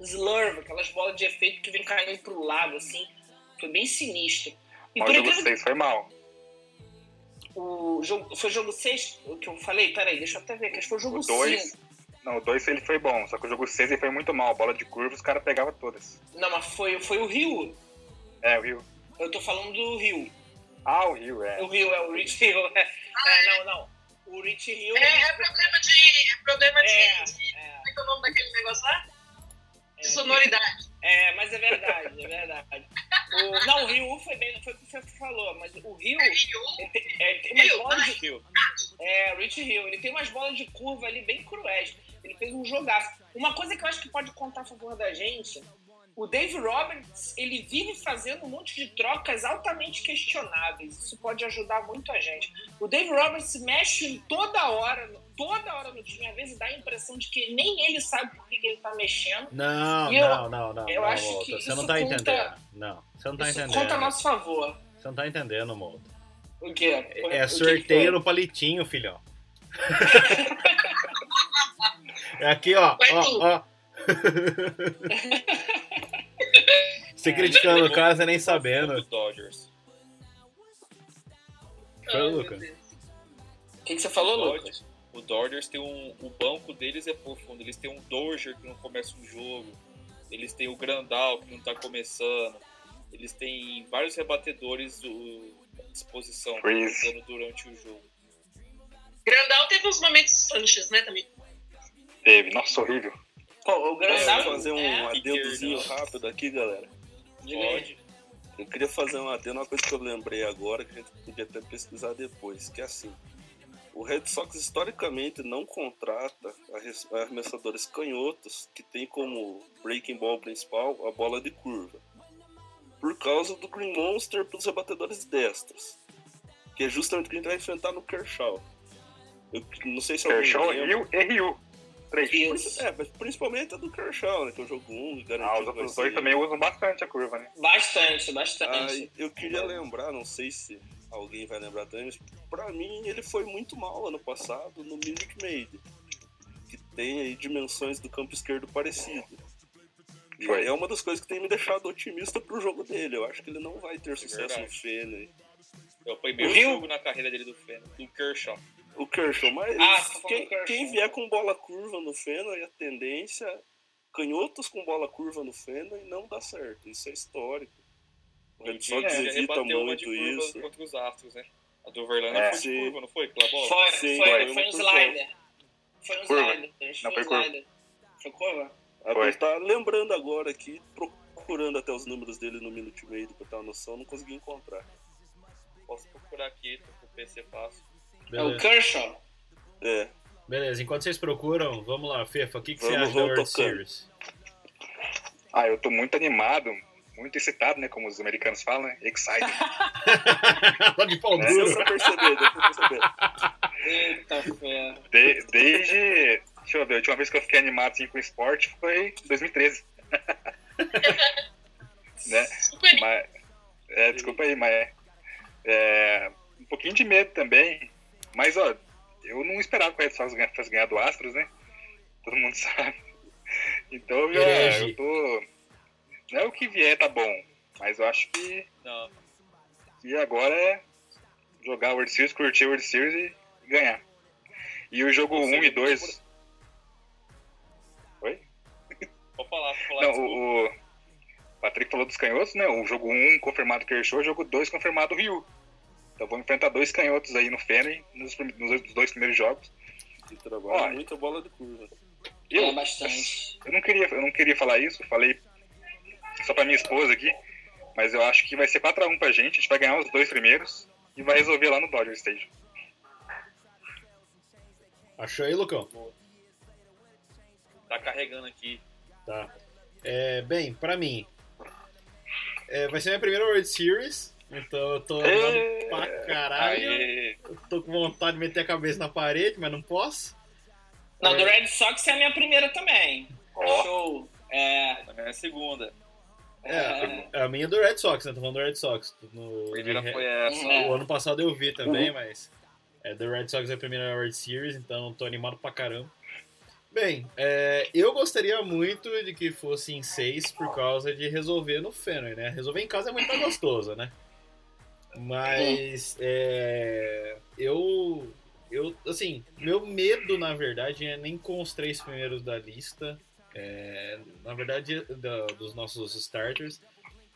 slurve, aquelas bolas de efeito que vem caindo pro lado, assim. Foi bem sinistro. E Mas por o jogo incrível 6 foi mal. o jogo, foi jogo 6 que eu falei? Peraí, deixa eu até ver, que acho que foi o O jogo 2. 5. Não, o 2 ele foi bom, só que o jogo 6 ele foi muito mal. Bola de curva, os caras pegavam todas. Não, mas foi, foi o Rio. É, o Rio. Eu tô falando do Rio. Ah, o Rio, é. O Rio é o Rich Hill. É, é, não, não. O Rich Hill. É, é problema de. É problema de. É, de- é, Como é que é o nome daquele negócio lá? É. De sonoridade. É, mas é verdade, é verdade. O- não, o Ryu foi bem, foi o que você falou, mas o Ryu, É Ryu. ele tem, é, ele tem umas Hill, bolas de. Hill. É, Rich Hill, ele tem umas bolas de curva ali bem cruéis. Ele fez um jogaço. Uma coisa que eu acho que pode contar a favor da gente, o Dave Roberts, ele vive fazendo um monte de trocas altamente questionáveis. Isso pode ajudar muito a gente. O Dave Roberts mexe em toda hora, toda hora no time, às vezes dá a impressão de que nem ele sabe por que que ele tá mexendo. Não, E eu- não, não, não. eu não, acho Mouto, que Você não isso tá conta- entendendo. Não, você não tá Isso entendendo. conta a nosso favor. Você não tá entendendo, Mouto. O quê? O- o É, que é que sorteio foi? no palitinho, filhão. é aqui, ó. Vai ó, tu. ó. Você criticando o cara, você nem É, sabendo. Os Dodgers. Foi, Ai, meu Lucas? Deus. O que, que você falou, Lucas? O Dodgers tem um. O banco deles é profundo. Eles têm um Dozier que não começa um jogo. Eles têm o Grandal que não tá começando. Eles têm vários rebatedores o- à disposição Freeze. jogando durante o jogo. Grandal teve uns momentos Sanches, né, também? Teve. Nossa, horrível. Ó, eu queria Sabe? fazer um É. adendozinho Kicker, rápido aqui, galera. Diga aí. Pode. Eu queria fazer um adendo, uma coisa que eu lembrei agora, que a gente podia até pesquisar depois, que é assim. O Red Sox historicamente não contrata arres- arremessadores canhotos que tem como breaking ball principal a bola de curva. Por causa do Green Monster para os rebatedores destros. Que é justamente o que a gente vai enfrentar no Kershaw. Eu não sei se alguém Kershaw, lembra. Rio e Rio. Três. É, mas principalmente a do Kershaw, né? Que é o jogo 1, um, garantiu Ah, os que vai outros dois ser. também usam bastante a curva, né? Bastante, bastante. Ai, eu queria lembrar, não sei se alguém vai lembrar também, mas pra mim ele foi muito mal ano passado no Minute Maid. Que tem aí dimensões do campo esquerdo parecido. E Foi. é uma das coisas que tem me deixado otimista pro jogo dele. Eu acho que ele não vai ter sucesso no verdade. Fene. É o primeiro Rio? jogo na carreira dele do Fênix, do Kershaw. O Kershaw, mas Ah, você tá falando quem, do Kershaw. quem vier com bola curva no Fenway, a tendência canhotos com bola curva no Fenway não dá certo. Isso é histórico. O Red Ele Sox já evita rebateu uma de muito curva isso. contra os Astros, né? A do Verlander É. foi de Sim. curva, não foi? Aquela bola? foi, sim, foi, foi. foi um slider. Foi um Curva. slider. Não, foi um foi curva. slider. Foi curva? A Foi. gente tá lembrando agora aqui, procurando até os números dele no Minute Maid pra ter uma noção, não consegui encontrar. Posso procurar aqui, tô com o PC fácil. É o Beleza. Kershaw. É, Beleza, enquanto vocês procuram, vamos lá, Fefa, o que, que você Vamos, acha da vamos World tocando. Series? Ah, eu tô muito animado, muito excitado, né? Como os americanos falam, né? Excited. Tá de pau deu duro. pra perceber, deu pra perceber. Eita, é, ferro. De- desde. Deixa eu ver, a última vez que eu fiquei animado assim, com esporte foi em 2013. né? Super Mas, é, desculpa aí, mas é, é, um pouquinho de medo também. Mas, ó, eu não esperava que o Red Sox ganha- fosse ganhar do Astros, né? Todo mundo sabe. Então, eu, já- Herege. eu tô. Não é o que vier, tá bom. Mas eu acho que, Não, que agora é jogar World Series, curtir World Series e ganhar. E o jogo Ou 1 seja, e 2. Oi? pode falar, pode falar. Não, desculpa. o, o Patrick falou dos canhotos, né? O jogo 1 confirmado Kershaw, o jogo 2 confirmado Ryu. Então vamos enfrentar dois canhotos aí no Fenway, nos, prim- nos dois- nos dois primeiros jogos. E trabalha Olha. muita bola de curva. Eu, É bastante. eu não queria, eu não queria falar isso, eu falei só pra minha esposa aqui, mas eu acho que vai ser 4x1 pra gente, a gente vai ganhar os dois primeiros e vai resolver lá no Dodger Stadium. Achou aí, Lucão? Tá carregando aqui. Tá. É, bem, pra mim, é, vai ser minha primeira World Series, então eu tô animado É. pra caralho. Aê! Eu tô com vontade de meter a cabeça na parede, mas não posso. Não, do Red Sox é a minha primeira também. Ó. Show. É, Na minha segunda. É, a minha é do Red Sox, né? Tô falando do Red Sox. No, A primeira no- foi essa. é. O ano passado eu vi também, mas é, The Red Sox é a primeira World Series, então tô animado pra caramba. Bem, é, eu gostaria muito de que fosse em seis por causa de resolver no Fenway, né? Resolver em casa é muito mais gostoso, né? Mas é, eu, eu, assim, meu medo na verdade é nem com os três primeiros da lista, é, na verdade da- dos nossos starters,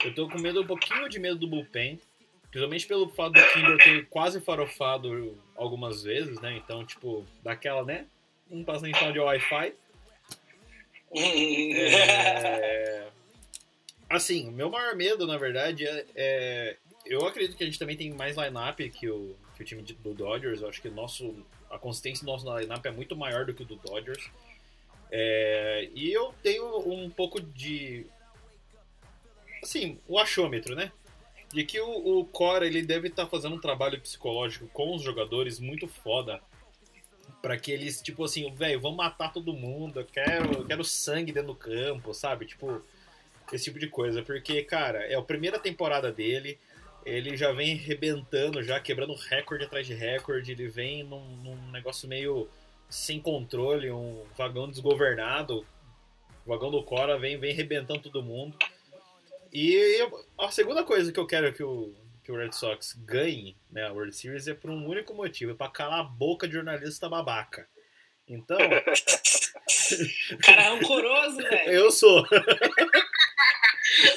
eu tô com medo um pouquinho de medo do bullpen, Principalmente pelo fato do Kindle ter quase farofado algumas vezes, né? Então, tipo, daquela, né? Um passa em tal de Wi-Fi. É... Assim, o meu maior medo, na verdade, é, é- Eu acredito que a gente também tem mais line-up que o, que o time de- do Dodgers. Eu acho que o nosso, a consistência do nosso line-up é muito maior do que o do Dodgers. É, E eu tenho um pouco de. Assim, o achômetro, né? De que o, o tá Cora ele deve estar fazendo um trabalho psicológico com os jogadores muito foda Pra que eles, tipo assim, velho, vamos matar todo mundo, eu quero, eu quero sangue dentro do campo, sabe? Tipo, esse tipo de coisa. Porque, cara, é a primeira temporada dele, ele já vem arrebentando, já quebrando recorde atrás de recorde, ele vem num, num negócio meio sem controle, um vagão desgovernado. O vagão do Cora vem, vem arrebentando todo mundo. E eu- a segunda coisa que eu quero que o, que o Red Sox ganhe né, a World Series é por um único motivo, é pra calar a boca de jornalista babaca. Então, Cara rancoroso, velho. eu sou.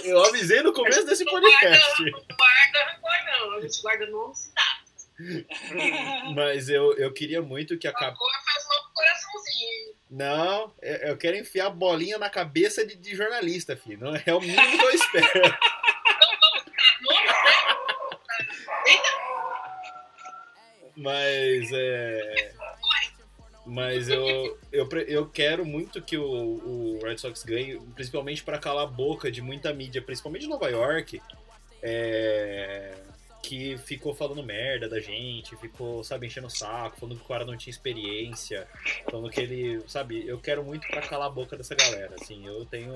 Eu avisei no começo desse podcast. guarda rancor, não. A gente guarda no cidade. Mas eu, eu queria muito que a cap... Rancor faz um coraçãozinho. Não, eu eu quero enfiar a bolinha na cabeça de, de jornalista, filho. Não é o mínimo que eu espero. Mas é. Mas eu, eu, pre- eu quero muito que o, o Red Sox ganhe, principalmente para calar a boca de muita mídia, principalmente em Nova York, é, que ficou falando merda da gente, ficou, sabe, enchendo o saco, falando que o cara não tinha experiência, falando Então, que ele, sabe, eu quero muito para calar a boca dessa galera, assim, eu tenho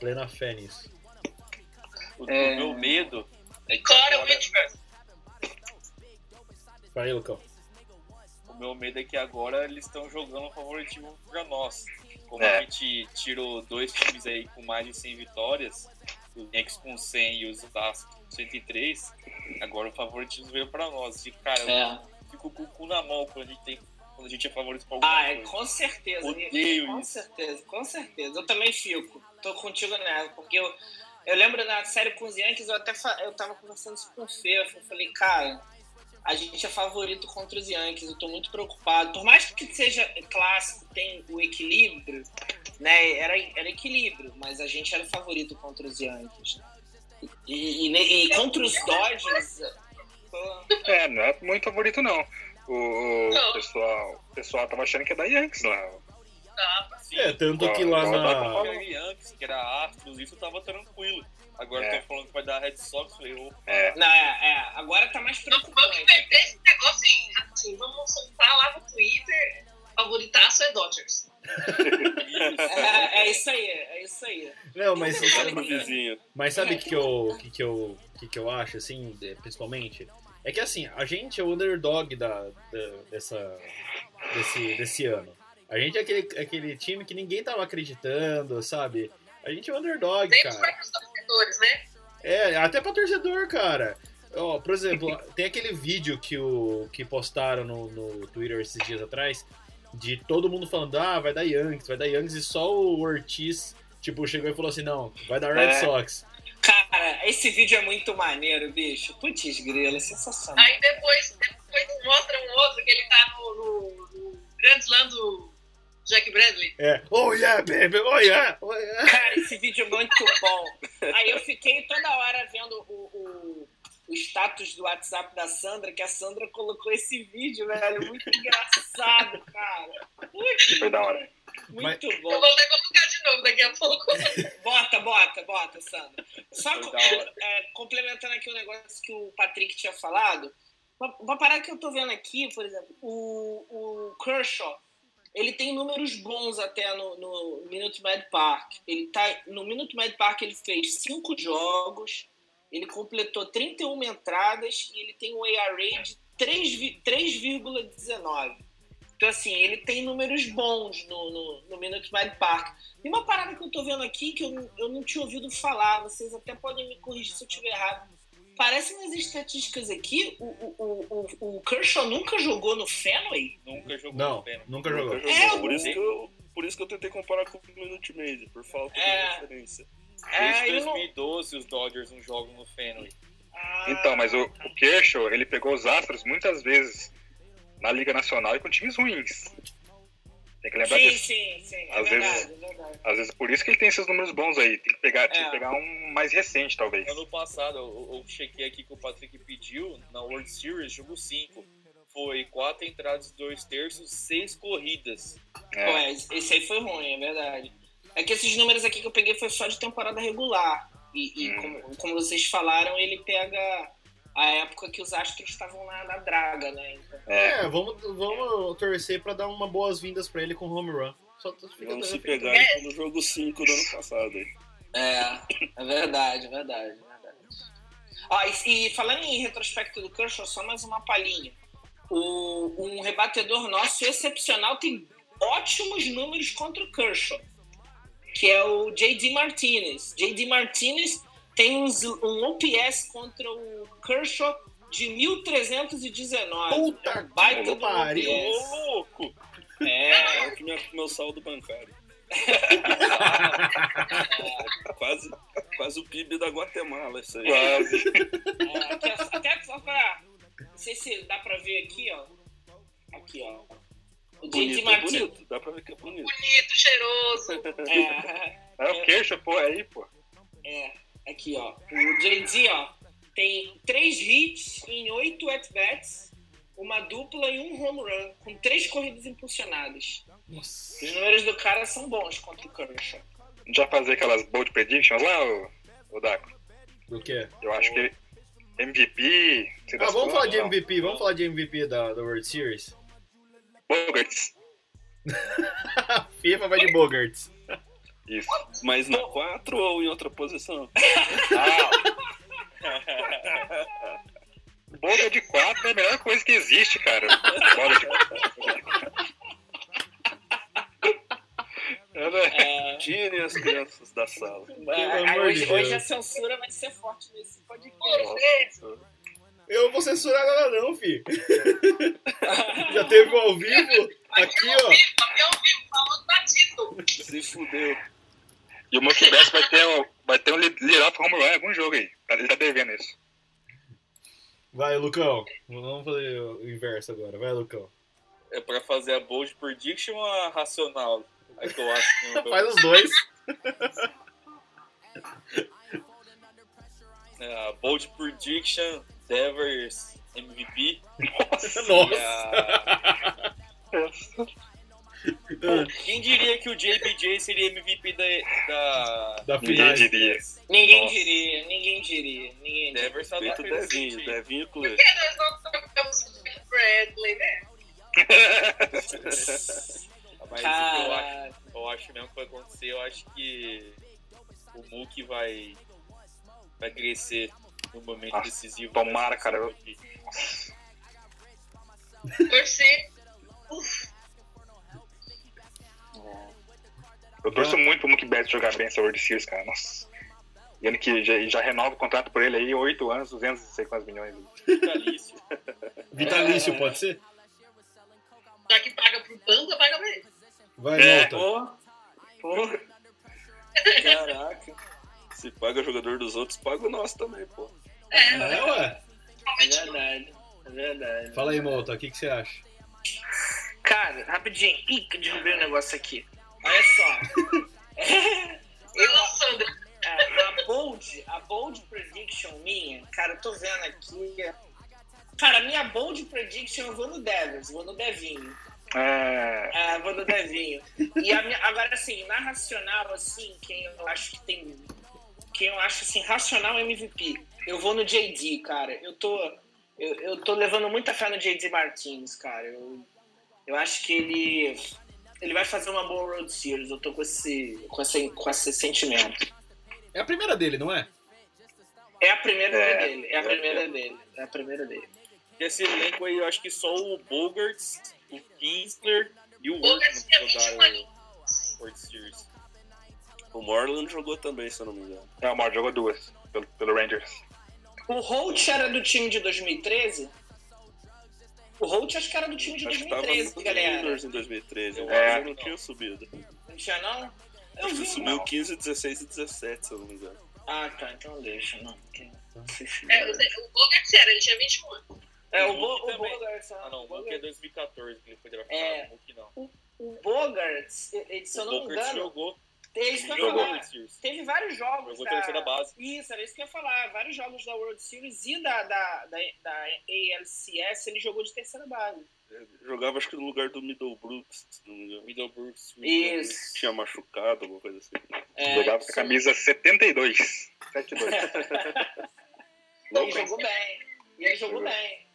plena fé nisso. O, o meu medo é que Cora agora- Whitmer. Fala aí, Lucão. O meu medo é que agora eles estão jogando favoritismo pra nós. Como É. a gente tirou dois times aí com mais de 100 vitórias, o Knicks com 100 e os Vasco com 103, agora o favoritismo veio pra nós. E, cara, É. eu fico com o cu na mão quando a gente, tem, quando a gente é favorito pra alguma Ah, é, coisa. com certeza. Odeio com isso. certeza, com certeza. Eu também fico. Tô contigo nessa, porque eu, eu lembro na série com os Yankees, eu até fa- eu tava conversando isso com o Fefo, eu falei, cara, a gente é favorito contra os Yankees, eu tô muito preocupado. Por mais que seja clássico, tem o equilíbrio, né? Era, era equilíbrio, mas a gente era o favorito contra os Yankees. E, e, ne- e contra os Dodgers. pô, É, não é muito favorito, não. O, o Não. pessoal, o pessoal tava achando que ia dar Yankees lá. É, tanto que lá Agora dá pra na. falar. Que era Yankees, que era Astros, isso eu tava tranquilo. Agora É. tô falando que vai dar Red Sox, eu falei, ô, É, Não, é, é, agora tá mais Vamos vamos preocupante. inverter esse negócio em assim, vamos soltar lá no Twitter. Favoritaço é Dodgers. É, é isso aí, é isso aí. Não, mas. Vai pro vizinho. Mas sabe o que, que, eu, que, que, eu, que, que eu acho, assim, de- principalmente? É que assim, a gente é o underdog da, da- dessa, desse, desse ano. A gente é aquele, aquele time que ninguém tava acreditando, sabe? A gente é o underdog, Nem os cara. próprios torcedores, né? É, até pra torcedor, cara. Ó, por exemplo, tem aquele vídeo que, o, que postaram no, no Twitter esses dias atrás, de todo mundo falando, ah, vai dar Yankees, vai dar Yankees, e só o Ortiz, tipo, chegou e falou assim, não, vai dar Red É. Sox. Cara, esse vídeo é muito maneiro, bicho. Putz, grilo, é sensacional. Aí depois, depois mostra um outro que ele tá no, no, no Grand Slam do Jack Bradley. É, oh yeah, baby, oh yeah, oh yeah. Cara, esse vídeo é muito bom. Aí eu fiquei toda hora vendo o, o, o status do WhatsApp da Sandra, que a Sandra colocou esse vídeo, velho. Muito engraçado, cara. Putz, foi da hora. muito Eu bom. vou até colocar de novo daqui a pouco. Bota, bota, bota, Sandra. Só Foi co- da hora. é, complementando aqui o negócio que o Patrick tinha falado, uma, uma parada que eu tô vendo aqui, por exemplo, o, o Kershaw, ele tem números bons até no, no Minute Maid Park. Ele tá, no Minute Maid Park ele fez cinco jogos, ele completou 31 entradas e ele tem um ERA de 3 vi- 3,19. Então, assim, ele tem números bons no, no, no Minute Maid Park. E uma parada que eu tô vendo aqui que eu, não- eu não tinha ouvido falar, vocês até podem me corrigir se eu estiver errado. Parece nas estatísticas aqui, o, o, o, o- o Kershaw nunca jogou no Fenway? nunca jogou Não, no Fênix. nunca jogou. Nunca É, jogou. Por isso que eu, por isso que eu tentei comparar com o Minute Maid, por falta É. de referência. Desde ele É, não- 2012 os Dodgers não jogam no Fenway. Ah, Então, mas o, o Kershaw, ele pegou os Astros muitas vezes na Liga Nacional e com times ruins. Tem que lembrar Sim, disso. sim, sim. É é Às verdade, vezes- é verdade. Às vezes por isso que ele tem esses números bons aí. Tem que pegar, tinha que pegar um mais recente, talvez. Ano passado, eu, eu chequei aqui que o Patrick pediu na World Series, jogo 5. Foi quatro entradas, dois terços, seis corridas. É. Ué, esse aí foi ruim, é verdade. É que esses números aqui que eu peguei foi só de temporada regular. E, e Hum. como, como vocês falaram, ele pega a época que os astros estavam na, na draga, né? Então, É, vamos, vamos torcer pra dar uma boas-vindas pra ele com home run. Só tô- fica Vamos se fica- pegar então, no jogo 5 do ano passado. hein? é, é verdade, é verdade, é verdade. Ó, e, e falando em retrospecto do Kershaw, só mais uma palhinha. O, um rebatedor nosso excepcional tem ótimos números contra o Kershaw, que é o J.D. Martinez. J.D. Martinez tem uns- um OPS contra o Kershaw de 1.319. Puta é um baita que do pariu. OPS. Ô, louco! É, É o que minha- meu saldo bancário. quase, quase o PIB da Guatemala, isso aí. Quase. É, até, até só pra. Não sei se dá pra ver aqui, ó. Aqui, ó. O Bonito, Didi é Martins. bonito, dá pra ver que é bonito. Bonito, cheiroso. É, É o queixo, pô, aí, pô. é, aqui, ó. O JD, ó, tem três hits em oito at-bats, uma dupla e um home run, com três corridas impulsionadas. Os números do cara são bons contra o Kershaw. Já fazer aquelas bold predictions lá, o, o Daco? Do quê? Eu acho que MVP. sei Ah, das vamos quantas, falar de não. MVP, vamos falar de MVP da, da World Series. Bogarts. FIFA vai de Bogarts. Isso. Mas na 4 ou em outra posição? Ah. Boga de 4 é a melhor coisa que existe, cara. Bola de 4. né? É, Tirem as crianças da sala. é, amor de hoje, Deus. hoje a censura vai ser forte nesse podcast. Nossa, Eu não vou censurar nada não, fi. Já teve um ao vivo. Aqui, ó. Até ao vivo, falando batido. se fudeu. E o Mookie Betts vai ter um, vai ter um lead home run em algum jogo aí. Tá- Ele tá devendo isso. Vai, Lucão. Vamos fazer o inverso agora. Vai, Lucão. É pra fazer a bold prediction ou a racional? Aí que eu acho que não vai- Faz os dois. um- É, a bold prediction, Devers MVP. Nossa. Então, Quem diria que o JBJ seria MVP da. da... Da Ninguém final. É. diria. Ninguém Nossa. diria, ninguém diria, ninguém diria. Devers tá Feito dando o Devinho, Devinho clube. Nós não tocamos o Bradley, né? Mas o que eu acho, Cara, eu acho mesmo que vai acontecer, eu acho que o Mookie vai, vai crescer no momento Ah, decisivo. né? tomara, dessa cara. seleção aqui. Torcer. Eu torço muito pro Mookie Betts jogar bem essa World Series, cara. Nossa. E ele que já, já renova o contrato por ele aí, 8 anos, 200 e sei quantos milhões. Vitalício. Vitalício, pode ser? Já que paga pro banco, paga pra ele. Vai, É. Malta. Caraca. Se paga o jogador dos outros, paga o nosso também, pô. É, ué. é verdade. É verdade. Fala aí, Malta. O que, que você acha? Cara, rapidinho. Ih, que eu derrubei um negócio aqui. Olha só. E lançando. é, A, a bold, a bold prediction minha, cara, eu tô vendo aqui. Cara, a minha bold prediction eu vou no Devils, vou no Devinho. É, Ah, vou no Devinho. E a minha- agora, assim, na racional, assim, quem eu acho que tem. Quem eu acho, assim, racional MVP. Eu vou no JD, cara. Eu tô. Eu, eu tô levando muita fé no JD Martins, cara. Eu, eu acho que ele. Ele vai fazer uma boa Road Series. Eu tô com esse, com esse, com esse sentimento. É a primeira dele, não é? É a primeira É, dele. É a primeira dele. É a primeira dele. Desse elenco aí, eu acho que só o Bogarts, o Kinsler e o Bogarts é Workman tinha 21 jogaram o World Series. O Moreland jogou também, se eu não me engano. é, o Mauro jogou duas pelo, pelo Rangers. O Holt era do time de 2013? O Holt acho que era do time de Acho que tava 2013, no galera. Commanders em 2013. Eu É. acho que não tinha subido. Não tinha, não? Eu Acho que vi. subiu não. 15, 16 e 17, se eu não me engano. Ah, tá. Então deixa, não. porque- Tá. É, o Bogart era, ele tinha 21 anos. É, o, O Bo Hulk o também. Bogarts. Ah, não, o Mookie é 2014 que ele foi draftado, É. o Mookie não. O Bogarts, ele- se eu o não me Bogarts engano, jogou, teve, isso que eu ia jogou o falar. World Series. teve vários jogos. Jogou pela terceira base. Isso, era isso que eu ia falar. Vários jogos da World Series e da, da, da, da ALCS ele jogou de terceira base. Jogava, acho que no lugar do Middlebrook, se eu não me engano. Middlebrook, Swindon, Isso. Tinha machucado, alguma coisa assim. É, Jogava com isso a camisa 72. 72. Ele jogou bem. E ele jogou bem.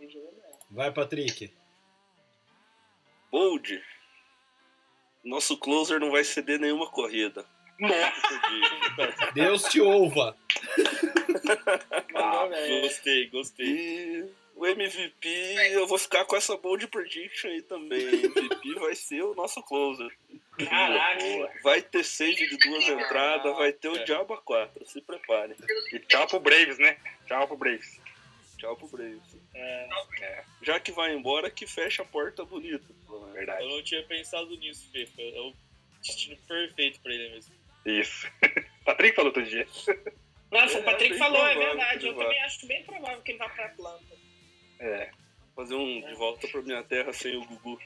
Ele jogou bem. Vai, Patrick. Bold. Nosso closer não vai ceder nenhuma corrida. Nossa, Deus te ouva. Mandou bem. Gostei, gostei. E o MVP, eu vou ficar com essa bold prediction aí também. MVP vai ser o nosso closer. Caraca. Vai ter save de duas entradas, vai ter o Diabo a 4. Se prepare. E tchau pro Braves, né? Tchau pro Braves. Tchau pro Braves. É, Já que vai embora, que fecha a porta bonita. verdade. Eu não tinha pensado nisso, Fefa. É o destino perfeito pra ele mesmo. Isso. Patrick falou outro dia. Nossa, o Patrick bem falou, é provável que verdade. ele Eu vá. também acho bem provável que ele vá pra Atlanta. É. Fazer um de volta pra minha terra sem o Gugu.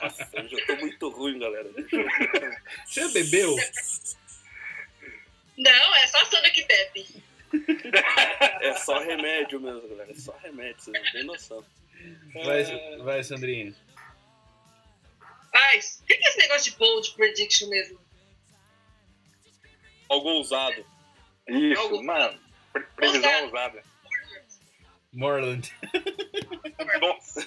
Nossa, eu já tô muito ruim, galera. Deixa eu- Você bebeu? Não, é só a Sandra que bebe. É só remédio mesmo, galera. É só remédio, vocês não têm noção. Vai, vai Sandrinha. Mas, o que que é esse negócio de bold prediction mesmo? Algo ousado. Isso, Algo- mano. Pre- Previsão ousada. Morland. Nossa.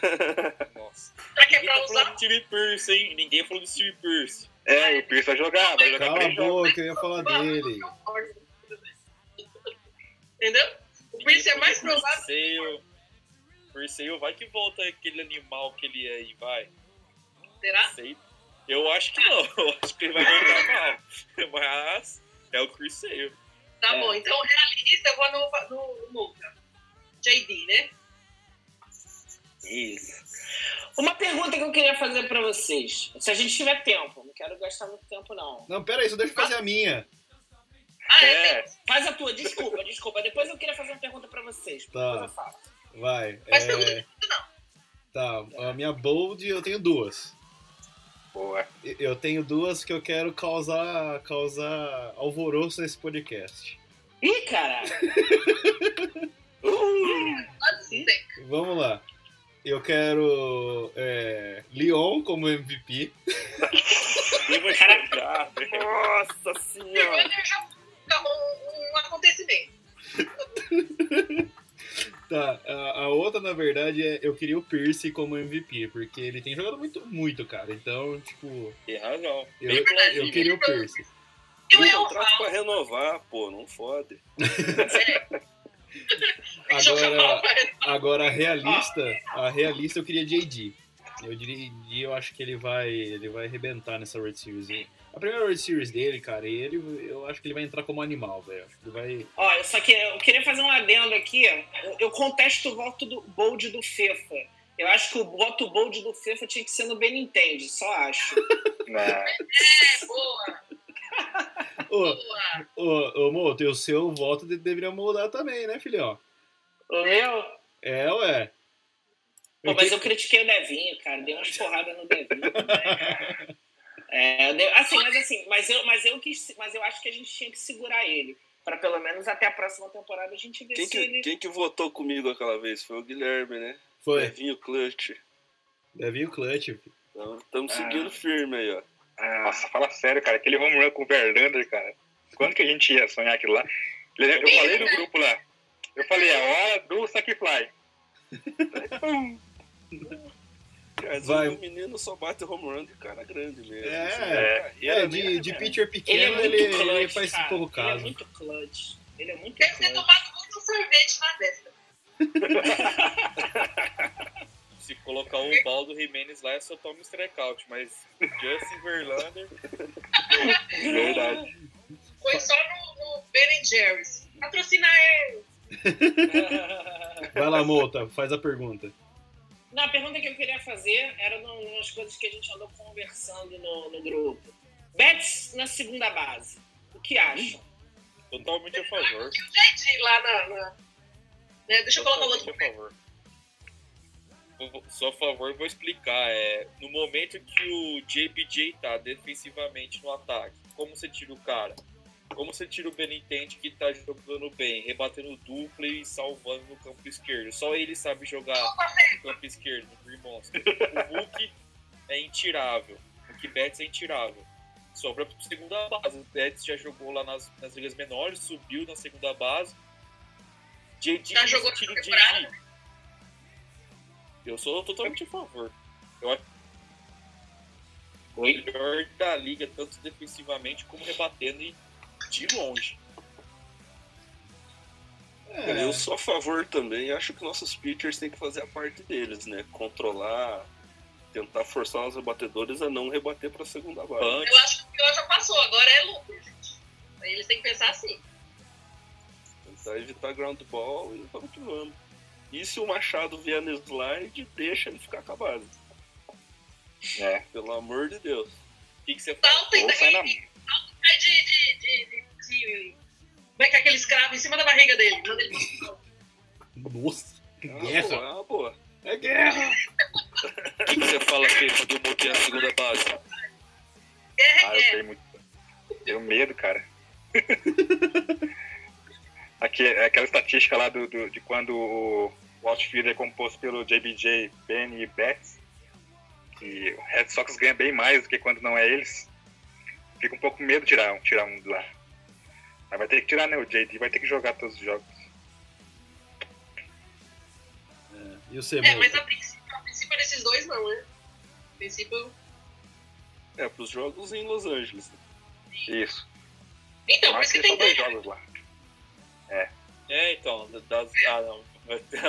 Nossa. Será que é Ninguém pra tá falando usar? do Steve Pierce, hein? Ninguém falou do Steve Pierce. É, e o Pierce vai jogar, vai jogar Cala a três jogos. boca, eu ia falar é dele. Entendeu? O Prince é mais provável. provável. Perseio, vai que volta aquele animal que ele é e vai. Será? Sei. Eu acho que não. Eu acho que ele vai voltar mal. Mas é o Perseio. Tá É. bom, então realista eu vou no, no, no JD, né? Isso. Uma pergunta que eu queria fazer pra vocês. Se a gente tiver tempo, não quero gastar muito tempo, não. Não, pera aí, só deixa eu fazer a minha. Ah, é. É, Faz a tua, desculpa, desculpa. Depois eu queria fazer uma pergunta pra vocês. Tá. Depois eu falo. Vai. Mas é, pergunta Tá, a minha bold eu tenho duas. Boa. E- Eu tenho duas que eu quero causar, causar alvoroço nesse podcast. Ih, caralho. Pode ser. Vamos lá. Eu quero é, Leon como MVP. Ele vai né? jogar. Nossa senhora! Vergonha já fica um, um acontecimento. Tá, a, a outra, na verdade, é eu queria o Pierce como MVP, porque ele tem jogado muito, muito, cara. Então, tipo, Tem razão. eu, Bem plausível. eu queria o Pierce. Eu Tem é o contrato pra renovar, pô, não fode. Agora, né? agora a realista, Ah. a realista eu queria JD. Eu diria, JD, eu acho que ele vai, ele vai arrebentar nessa World Series. aí. A primeira World Series dele, cara, ele, eu acho que ele vai entrar como animal, velho. Acho que ele vai Ó, eu só queria, eu queria fazer um adendo aqui. Eu, eu contesto o voto do bold do Fefa. Eu acho que o voto bold do Fefa tinha que ser no Benintendi, só acho. Na... É, boa, Ô, boa. ô, ô, Moto, e o seu voto de- deveria mudar também, né, filhão? o meu? É, ué. Pô, mas eu critiquei o Devinho, cara. Dei umas porradas no Devinho. É, eu dei- assim, mas assim, mas eu, mas, eu quis, mas eu acho que a gente tinha que segurar ele. Pra pelo menos até a próxima temporada a gente ver Quem se que, ele. quem que votou comigo aquela vez? Foi o Guilherme, né? Foi. Vinho Clutch. Deve o clutch. filho. Estamos seguindo firme aí, ó. Nossa, fala sério, cara. Aquele home run com o Verlander, cara. Quando que a gente ia sonhar aquilo lá? Eu falei no grupo lá. Eu falei, é hora do Sacrifly. Mas Vai. o menino só bate home run de cara grande mesmo. É. É, de, de pitcher Ele é pequeno, muito ele, clutch. ele faz cara. pouco Ele é caso. muito clutch. Ele é muito Deve ter clutch. tomado muito sorvete na dessa. Se colocar o Baldo Jimenez lá, é só toma um strikeout. Mas Justin Verlander. Verdade. Foi só no, no Ben Jerry's. Patrocinar é ele. Vai lá, Mota, faz a pergunta. Não, a pergunta que eu queria fazer era num- umas coisas que a gente andou conversando no, no grupo. Bets na segunda base. O que acham? Totalmente a favor. Gente, lá na. na- né, Deixa eu colocar o outro. Totalmente a favor. Vou- Só a favor, vou explicar. É, no momento que o JBJ tá defensivamente no ataque, como você tira o cara? Como você tira o Benitente que tá jogando bem, rebatendo dupla e salvando no campo esquerdo? Só ele sabe jogar no campo esquerdo, no Green Monster. O Hulk é intirável. O que Betts é intirável. Sobra pra segunda base. O Betts já jogou lá nas, nas ligas menores, subiu na segunda base. JD Já jogou tira o na JD. temporada? Eu sou totalmente a favor. Oi? Melhor da liga, tanto defensivamente como rebatendo e de longe. É. É. Eu sou a favor também. Acho que nossos pitchers têm que fazer a parte deles, né? Controlar, tentar forçar os rebatedores a não rebater para segunda base. Eu acho que o pior já passou, agora é lucro, gente. Aí eles têm que pensar assim. Ah. Tentar evitar ground ball e vamos que vamos. E se o Machado vier no slide, deixa ele ficar com a base. É. Pelo amor de Deus. O que, que você faz? Salta e Ou sai na daí sai de, de, de, de, de- Como é que é aquele escravo em cima da barriga dele? Manda ele pra fora. Nossa, que É uma boa, é uma guerra! boa. É guerra! O que, que você fala aqui quando eu botei a segunda base? Guerra Ah, eu é guerra. tenho muito. Tenho medo, cara. Aqui, é aquela estatística lá do, do- de quando o, o outfield é composto pelo JBJ, Benny e Betts, que o Red Sox ganha bem mais do que quando não é eles. Fica um pouco com medo de tirar um, tirar um de lá. Mas vai ter que tirar, né? O JD vai ter que jogar todos os jogos. E o É, mas Cebola? a princípio, a princípio desses dois não, né? A princípio. É, pros jogos em Los Angeles. Isso. Então, por Mas isso que tem só tem dois guerra. jogos lá. É, então, das- ah, não. Vai ter-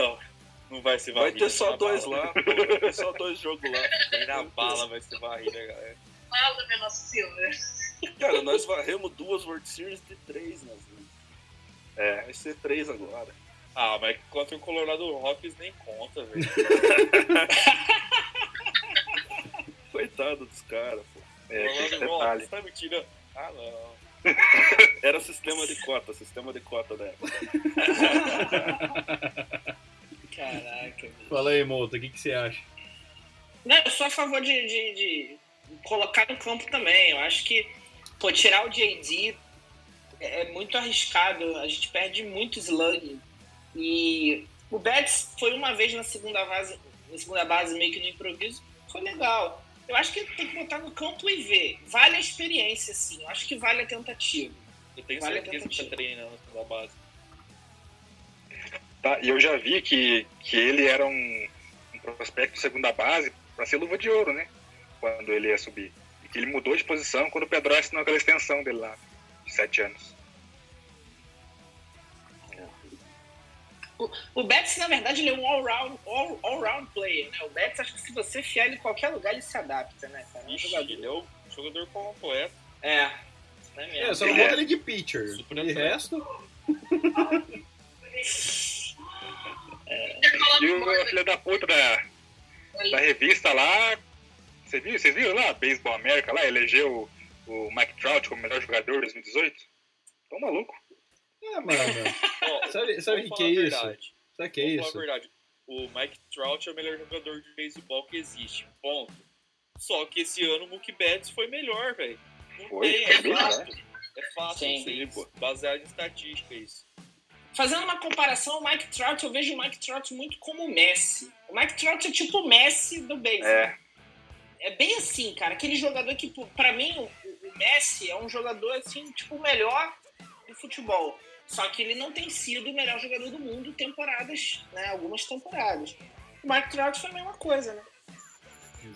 não vai ser Vai varrida. ter só na dois bala. lá, pô. Vai ter É só dois jogos lá. Nem na bala vai ser varrida, galera. Fala, minha Nossa Senhora. Cara, nós varremos duas World Series de três, né? É. Vai ser três agora. Ah, mas contra o Colorado Rockies nem conta, velho. Coitado dos caras, pô. É, tem esse Colorado Rockies detalhe. tá me tirando. Ah, não. Era sistema de cota, sistema de cota da época. Caraca, velho. Fala aí, Mouto, o que, que você acha? Não, eu sou a favor de, de- de colocar no campo também. Eu acho que, pô, tirar o JD é é muito arriscado. A gente perde muito slug. E o Betts foi uma vez na segunda base, na segunda base meio que no improviso. Foi legal. Eu acho que tem que botar no campo e ver. Vale a experiência, sim. Eu acho que vale a tentativa. Eu tenho Vale a certeza que tentativa. tá treinando na base. Tá, e eu já vi que, que ele era um, um prospecto de segunda base para ser luva de ouro, né? Quando ele ia subir. E que ele mudou de posição quando o Pedro assinou aquela extensão dele lá, de sete anos. O Betts, na verdade, ele é um all-round all, all player, né? O Betts, acho que se você fiar ele em qualquer lugar, ele se adapta, né, cara? É um Ixi, jogador. ele é o jogador completo. É. Né, É, eu mesmo? só não É. boto ele de pitcher. De resto, E o a filha da puta da, da revista lá, você viu, vocês viram lá? Baseball América lá, elegeu o, o Mike Trout como melhor jogador de 2018? Tão maluco. é, mano. Ó, Sabe- sabe o vou que falar é a isso? verdade. Sabe o que é Vamos isso? falar a verdade. O Mike Trout é o melhor jogador de beisebol que existe. Ponto. Só que esse ano o Mookie Betts foi melhor, velho. Não Foi, tem, foi é bem fácil. É fácil, Sim. você Sim, pô. baseado em estatística isso. Fazendo uma comparação, o Mike Trout, eu vejo o Mike Trout muito como o Messi. O Mike Trout é tipo o Messi do beisebol. É, É bem assim, cara. Aquele jogador que, pô, pra mim, o, o Messi é um jogador, assim, tipo, o melhor do futebol. Só que ele não tem sido o melhor jogador do mundo temporadas, né? Algumas temporadas. O Mike Trout foi a mesma coisa, né?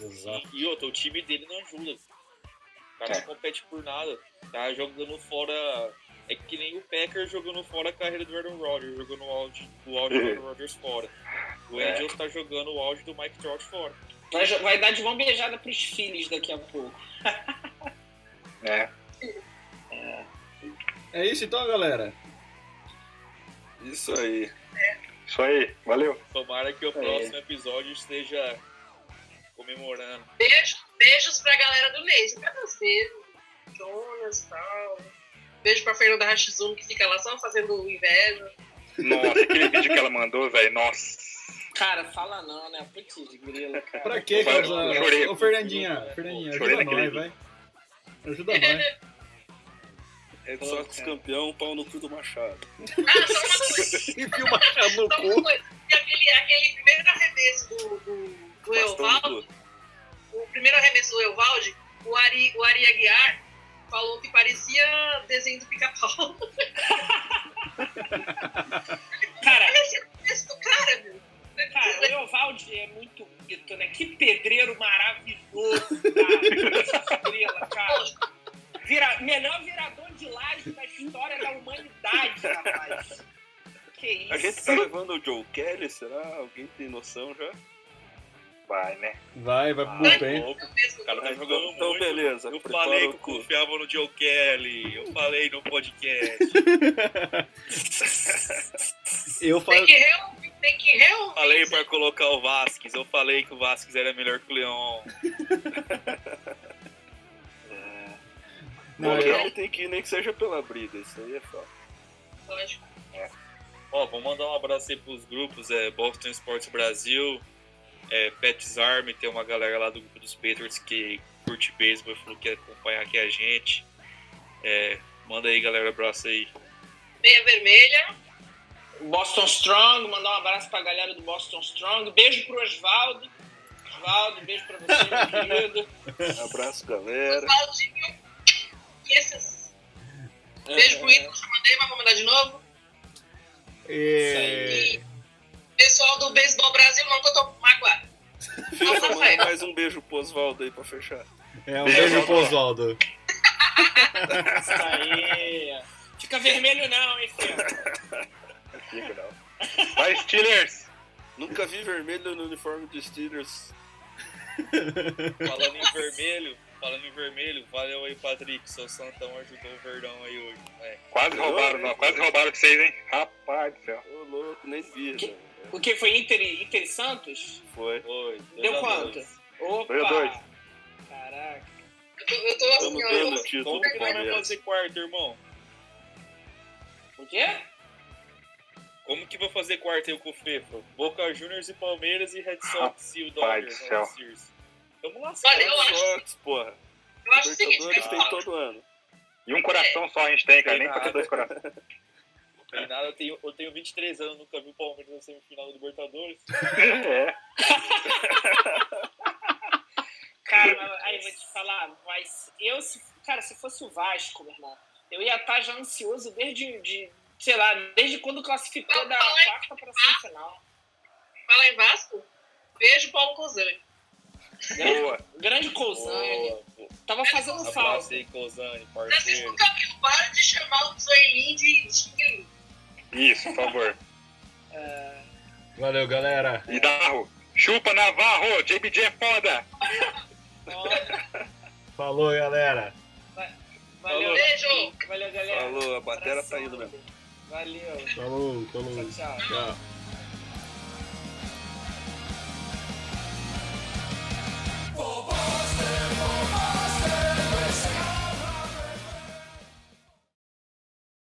Exato. E outra, o time dele não ajuda. O cara É. não compete por nada. Tá jogando fora. É que nem o Packers jogando fora a carreira do Aaron Rodgers, jogando o auge, o auge do Uhum. Aaron Rodgers fora. O É. Angels tá jogando o auge do Mike Trout fora. Vai, jo- vai dar de mão beijada pros filhos daqui a pouco. é. É isso então, galera. Isso aí. É. Isso aí, valeu. Tomara que o próximo episódio esteja comemorando. Beijo, beijos pra galera do Neijo. Pra você, Jonas e tal. Beijo pra Fernanda Rachizuno que fica lá só fazendo inveja. Nossa, aquele vídeo que ela mandou, velho, nossa. Cara, fala não, né? Putz, grilo, cara. Pra que Vai, causar? chorei. Ô, Fernandinha, Fernandinha, Chorei ajuda nós, naquele vai. Ajuda nós. É só que os campeão, pau no cu do Machado. Ah, só uma coisa. Enfia o machado no Só uma coisa. E Então, Aquele, aquele primeiro arremesso do, do, do Bastão Evaldo, no cu. o primeiro arremesso do Evaldi, o Ari, o Ari Aguiar falou que parecia desenho do pica-pau. Cara, Laude é muito bonito, né? Que pedreiro maravilhoso, cara. Essa estrela, cara. Vira- melhor virador de laje da história da humanidade, rapaz. Que A gente isso. tá levando o Joe Kelly, será? Alguém tem noção já? Vai, né? Vai, vai pro Vai. bullpen. mesmo. cara tá Então, jogando então muito. beleza. Eu prepara falei o que eu cu. confiava no Joe Kelly. Eu falei no podcast. Eu Tem falo. que reouvir, tem que reouvir. Falei pra colocar o Vasquez. Eu falei que o Vasquez era melhor que o Leon. Não, o Não, eu- Kelly tem que ir nem que seja pela briga, isso aí é fato. Lógico. Ó, vou mandar um abraço aí pros grupos, é Boston Sports Brasil, é, Pets Army, tem uma galera lá do grupo dos Patriots que curte beisebol e falou que ia acompanhar aqui a gente. É, manda aí, galera, abraço aí. Meia vermelha. Boston Strong, mandar um abraço pra galera do Boston Strong. Beijo pro Osvaldo. Osvaldo, beijo pra você, meu querido. Abraço, galera. Claudinho. E esses. Beijo pro Ítalo, já mandei, mas vou mandar de novo. É... Pessoal do Beisebol Brasil, não que eu tô magoado. Não, Manda Rafael. mais um beijo pro Oswaldo aí pra fechar. é, um beijo pro Oswaldo. Isso aí. Fica vermelho não, hein, filho. Fica, não. Vai, Steelers! Nunca vi vermelho no uniforme dos Steelers. Falando em vermelho, falando em vermelho, valeu aí, Patrick. Seu Santão ajudou o Verdão aí hoje. moleque. Quase roubaram, não, quase roubaram vocês, hein? Rapaz do céu. Ô, louco, nem vi. Que- né? O que foi Inter, e- Inter e Santos? Foi. Oi, Deu dois a quanto? dois. Opa! Dois a dois. Caraca. Eu tô, eu tô assim, Estamos ó. tendo eu o tô- título Como do que nós vamos Palmeiras. fazer quarto, irmão? O quê? Como que vai fazer quarto aí com o Fefa? Boca Juniors e Palmeiras e Red Sox e o Rapaz Dodgers. do céu. né, Sears? Tamo lá. Olha, eu acho, Sox, porra. eu acho o seguinte, Libertadores tem pessoal. todo ano. E um coração só a gente tem, cara. Nem pra ter dois corações. Tem nada, eu tenho, eu tenho 23 anos, nunca vi o Palmeiras na semifinal do Libertadores. É. Cara, mas aí vou te falar, mas eu, se- cara, se fosse o Vasco, meu irmão, eu ia estar já ansioso desde, de, sei lá, desde quando classificou da quarta pra semifinal. Fala em Vasco. Beijo, Paulo Cozani. Boa. Grande Cousane. Tava fazendo Abraço falta. aí, Cozani, Vocês parceiro. nunca viram, para de chamar o Zoelin de Xinguin. Isso, por favor. É, Valeu, galera. E Darro. Chupa Navarro, JBJ é foda. Ó, Falou, galera. Valeu, Beijo. valeu, galera. Falou, a batera tá Abração. indo mesmo. Valeu. Falou, falou. Tchau, tchau. Tchau.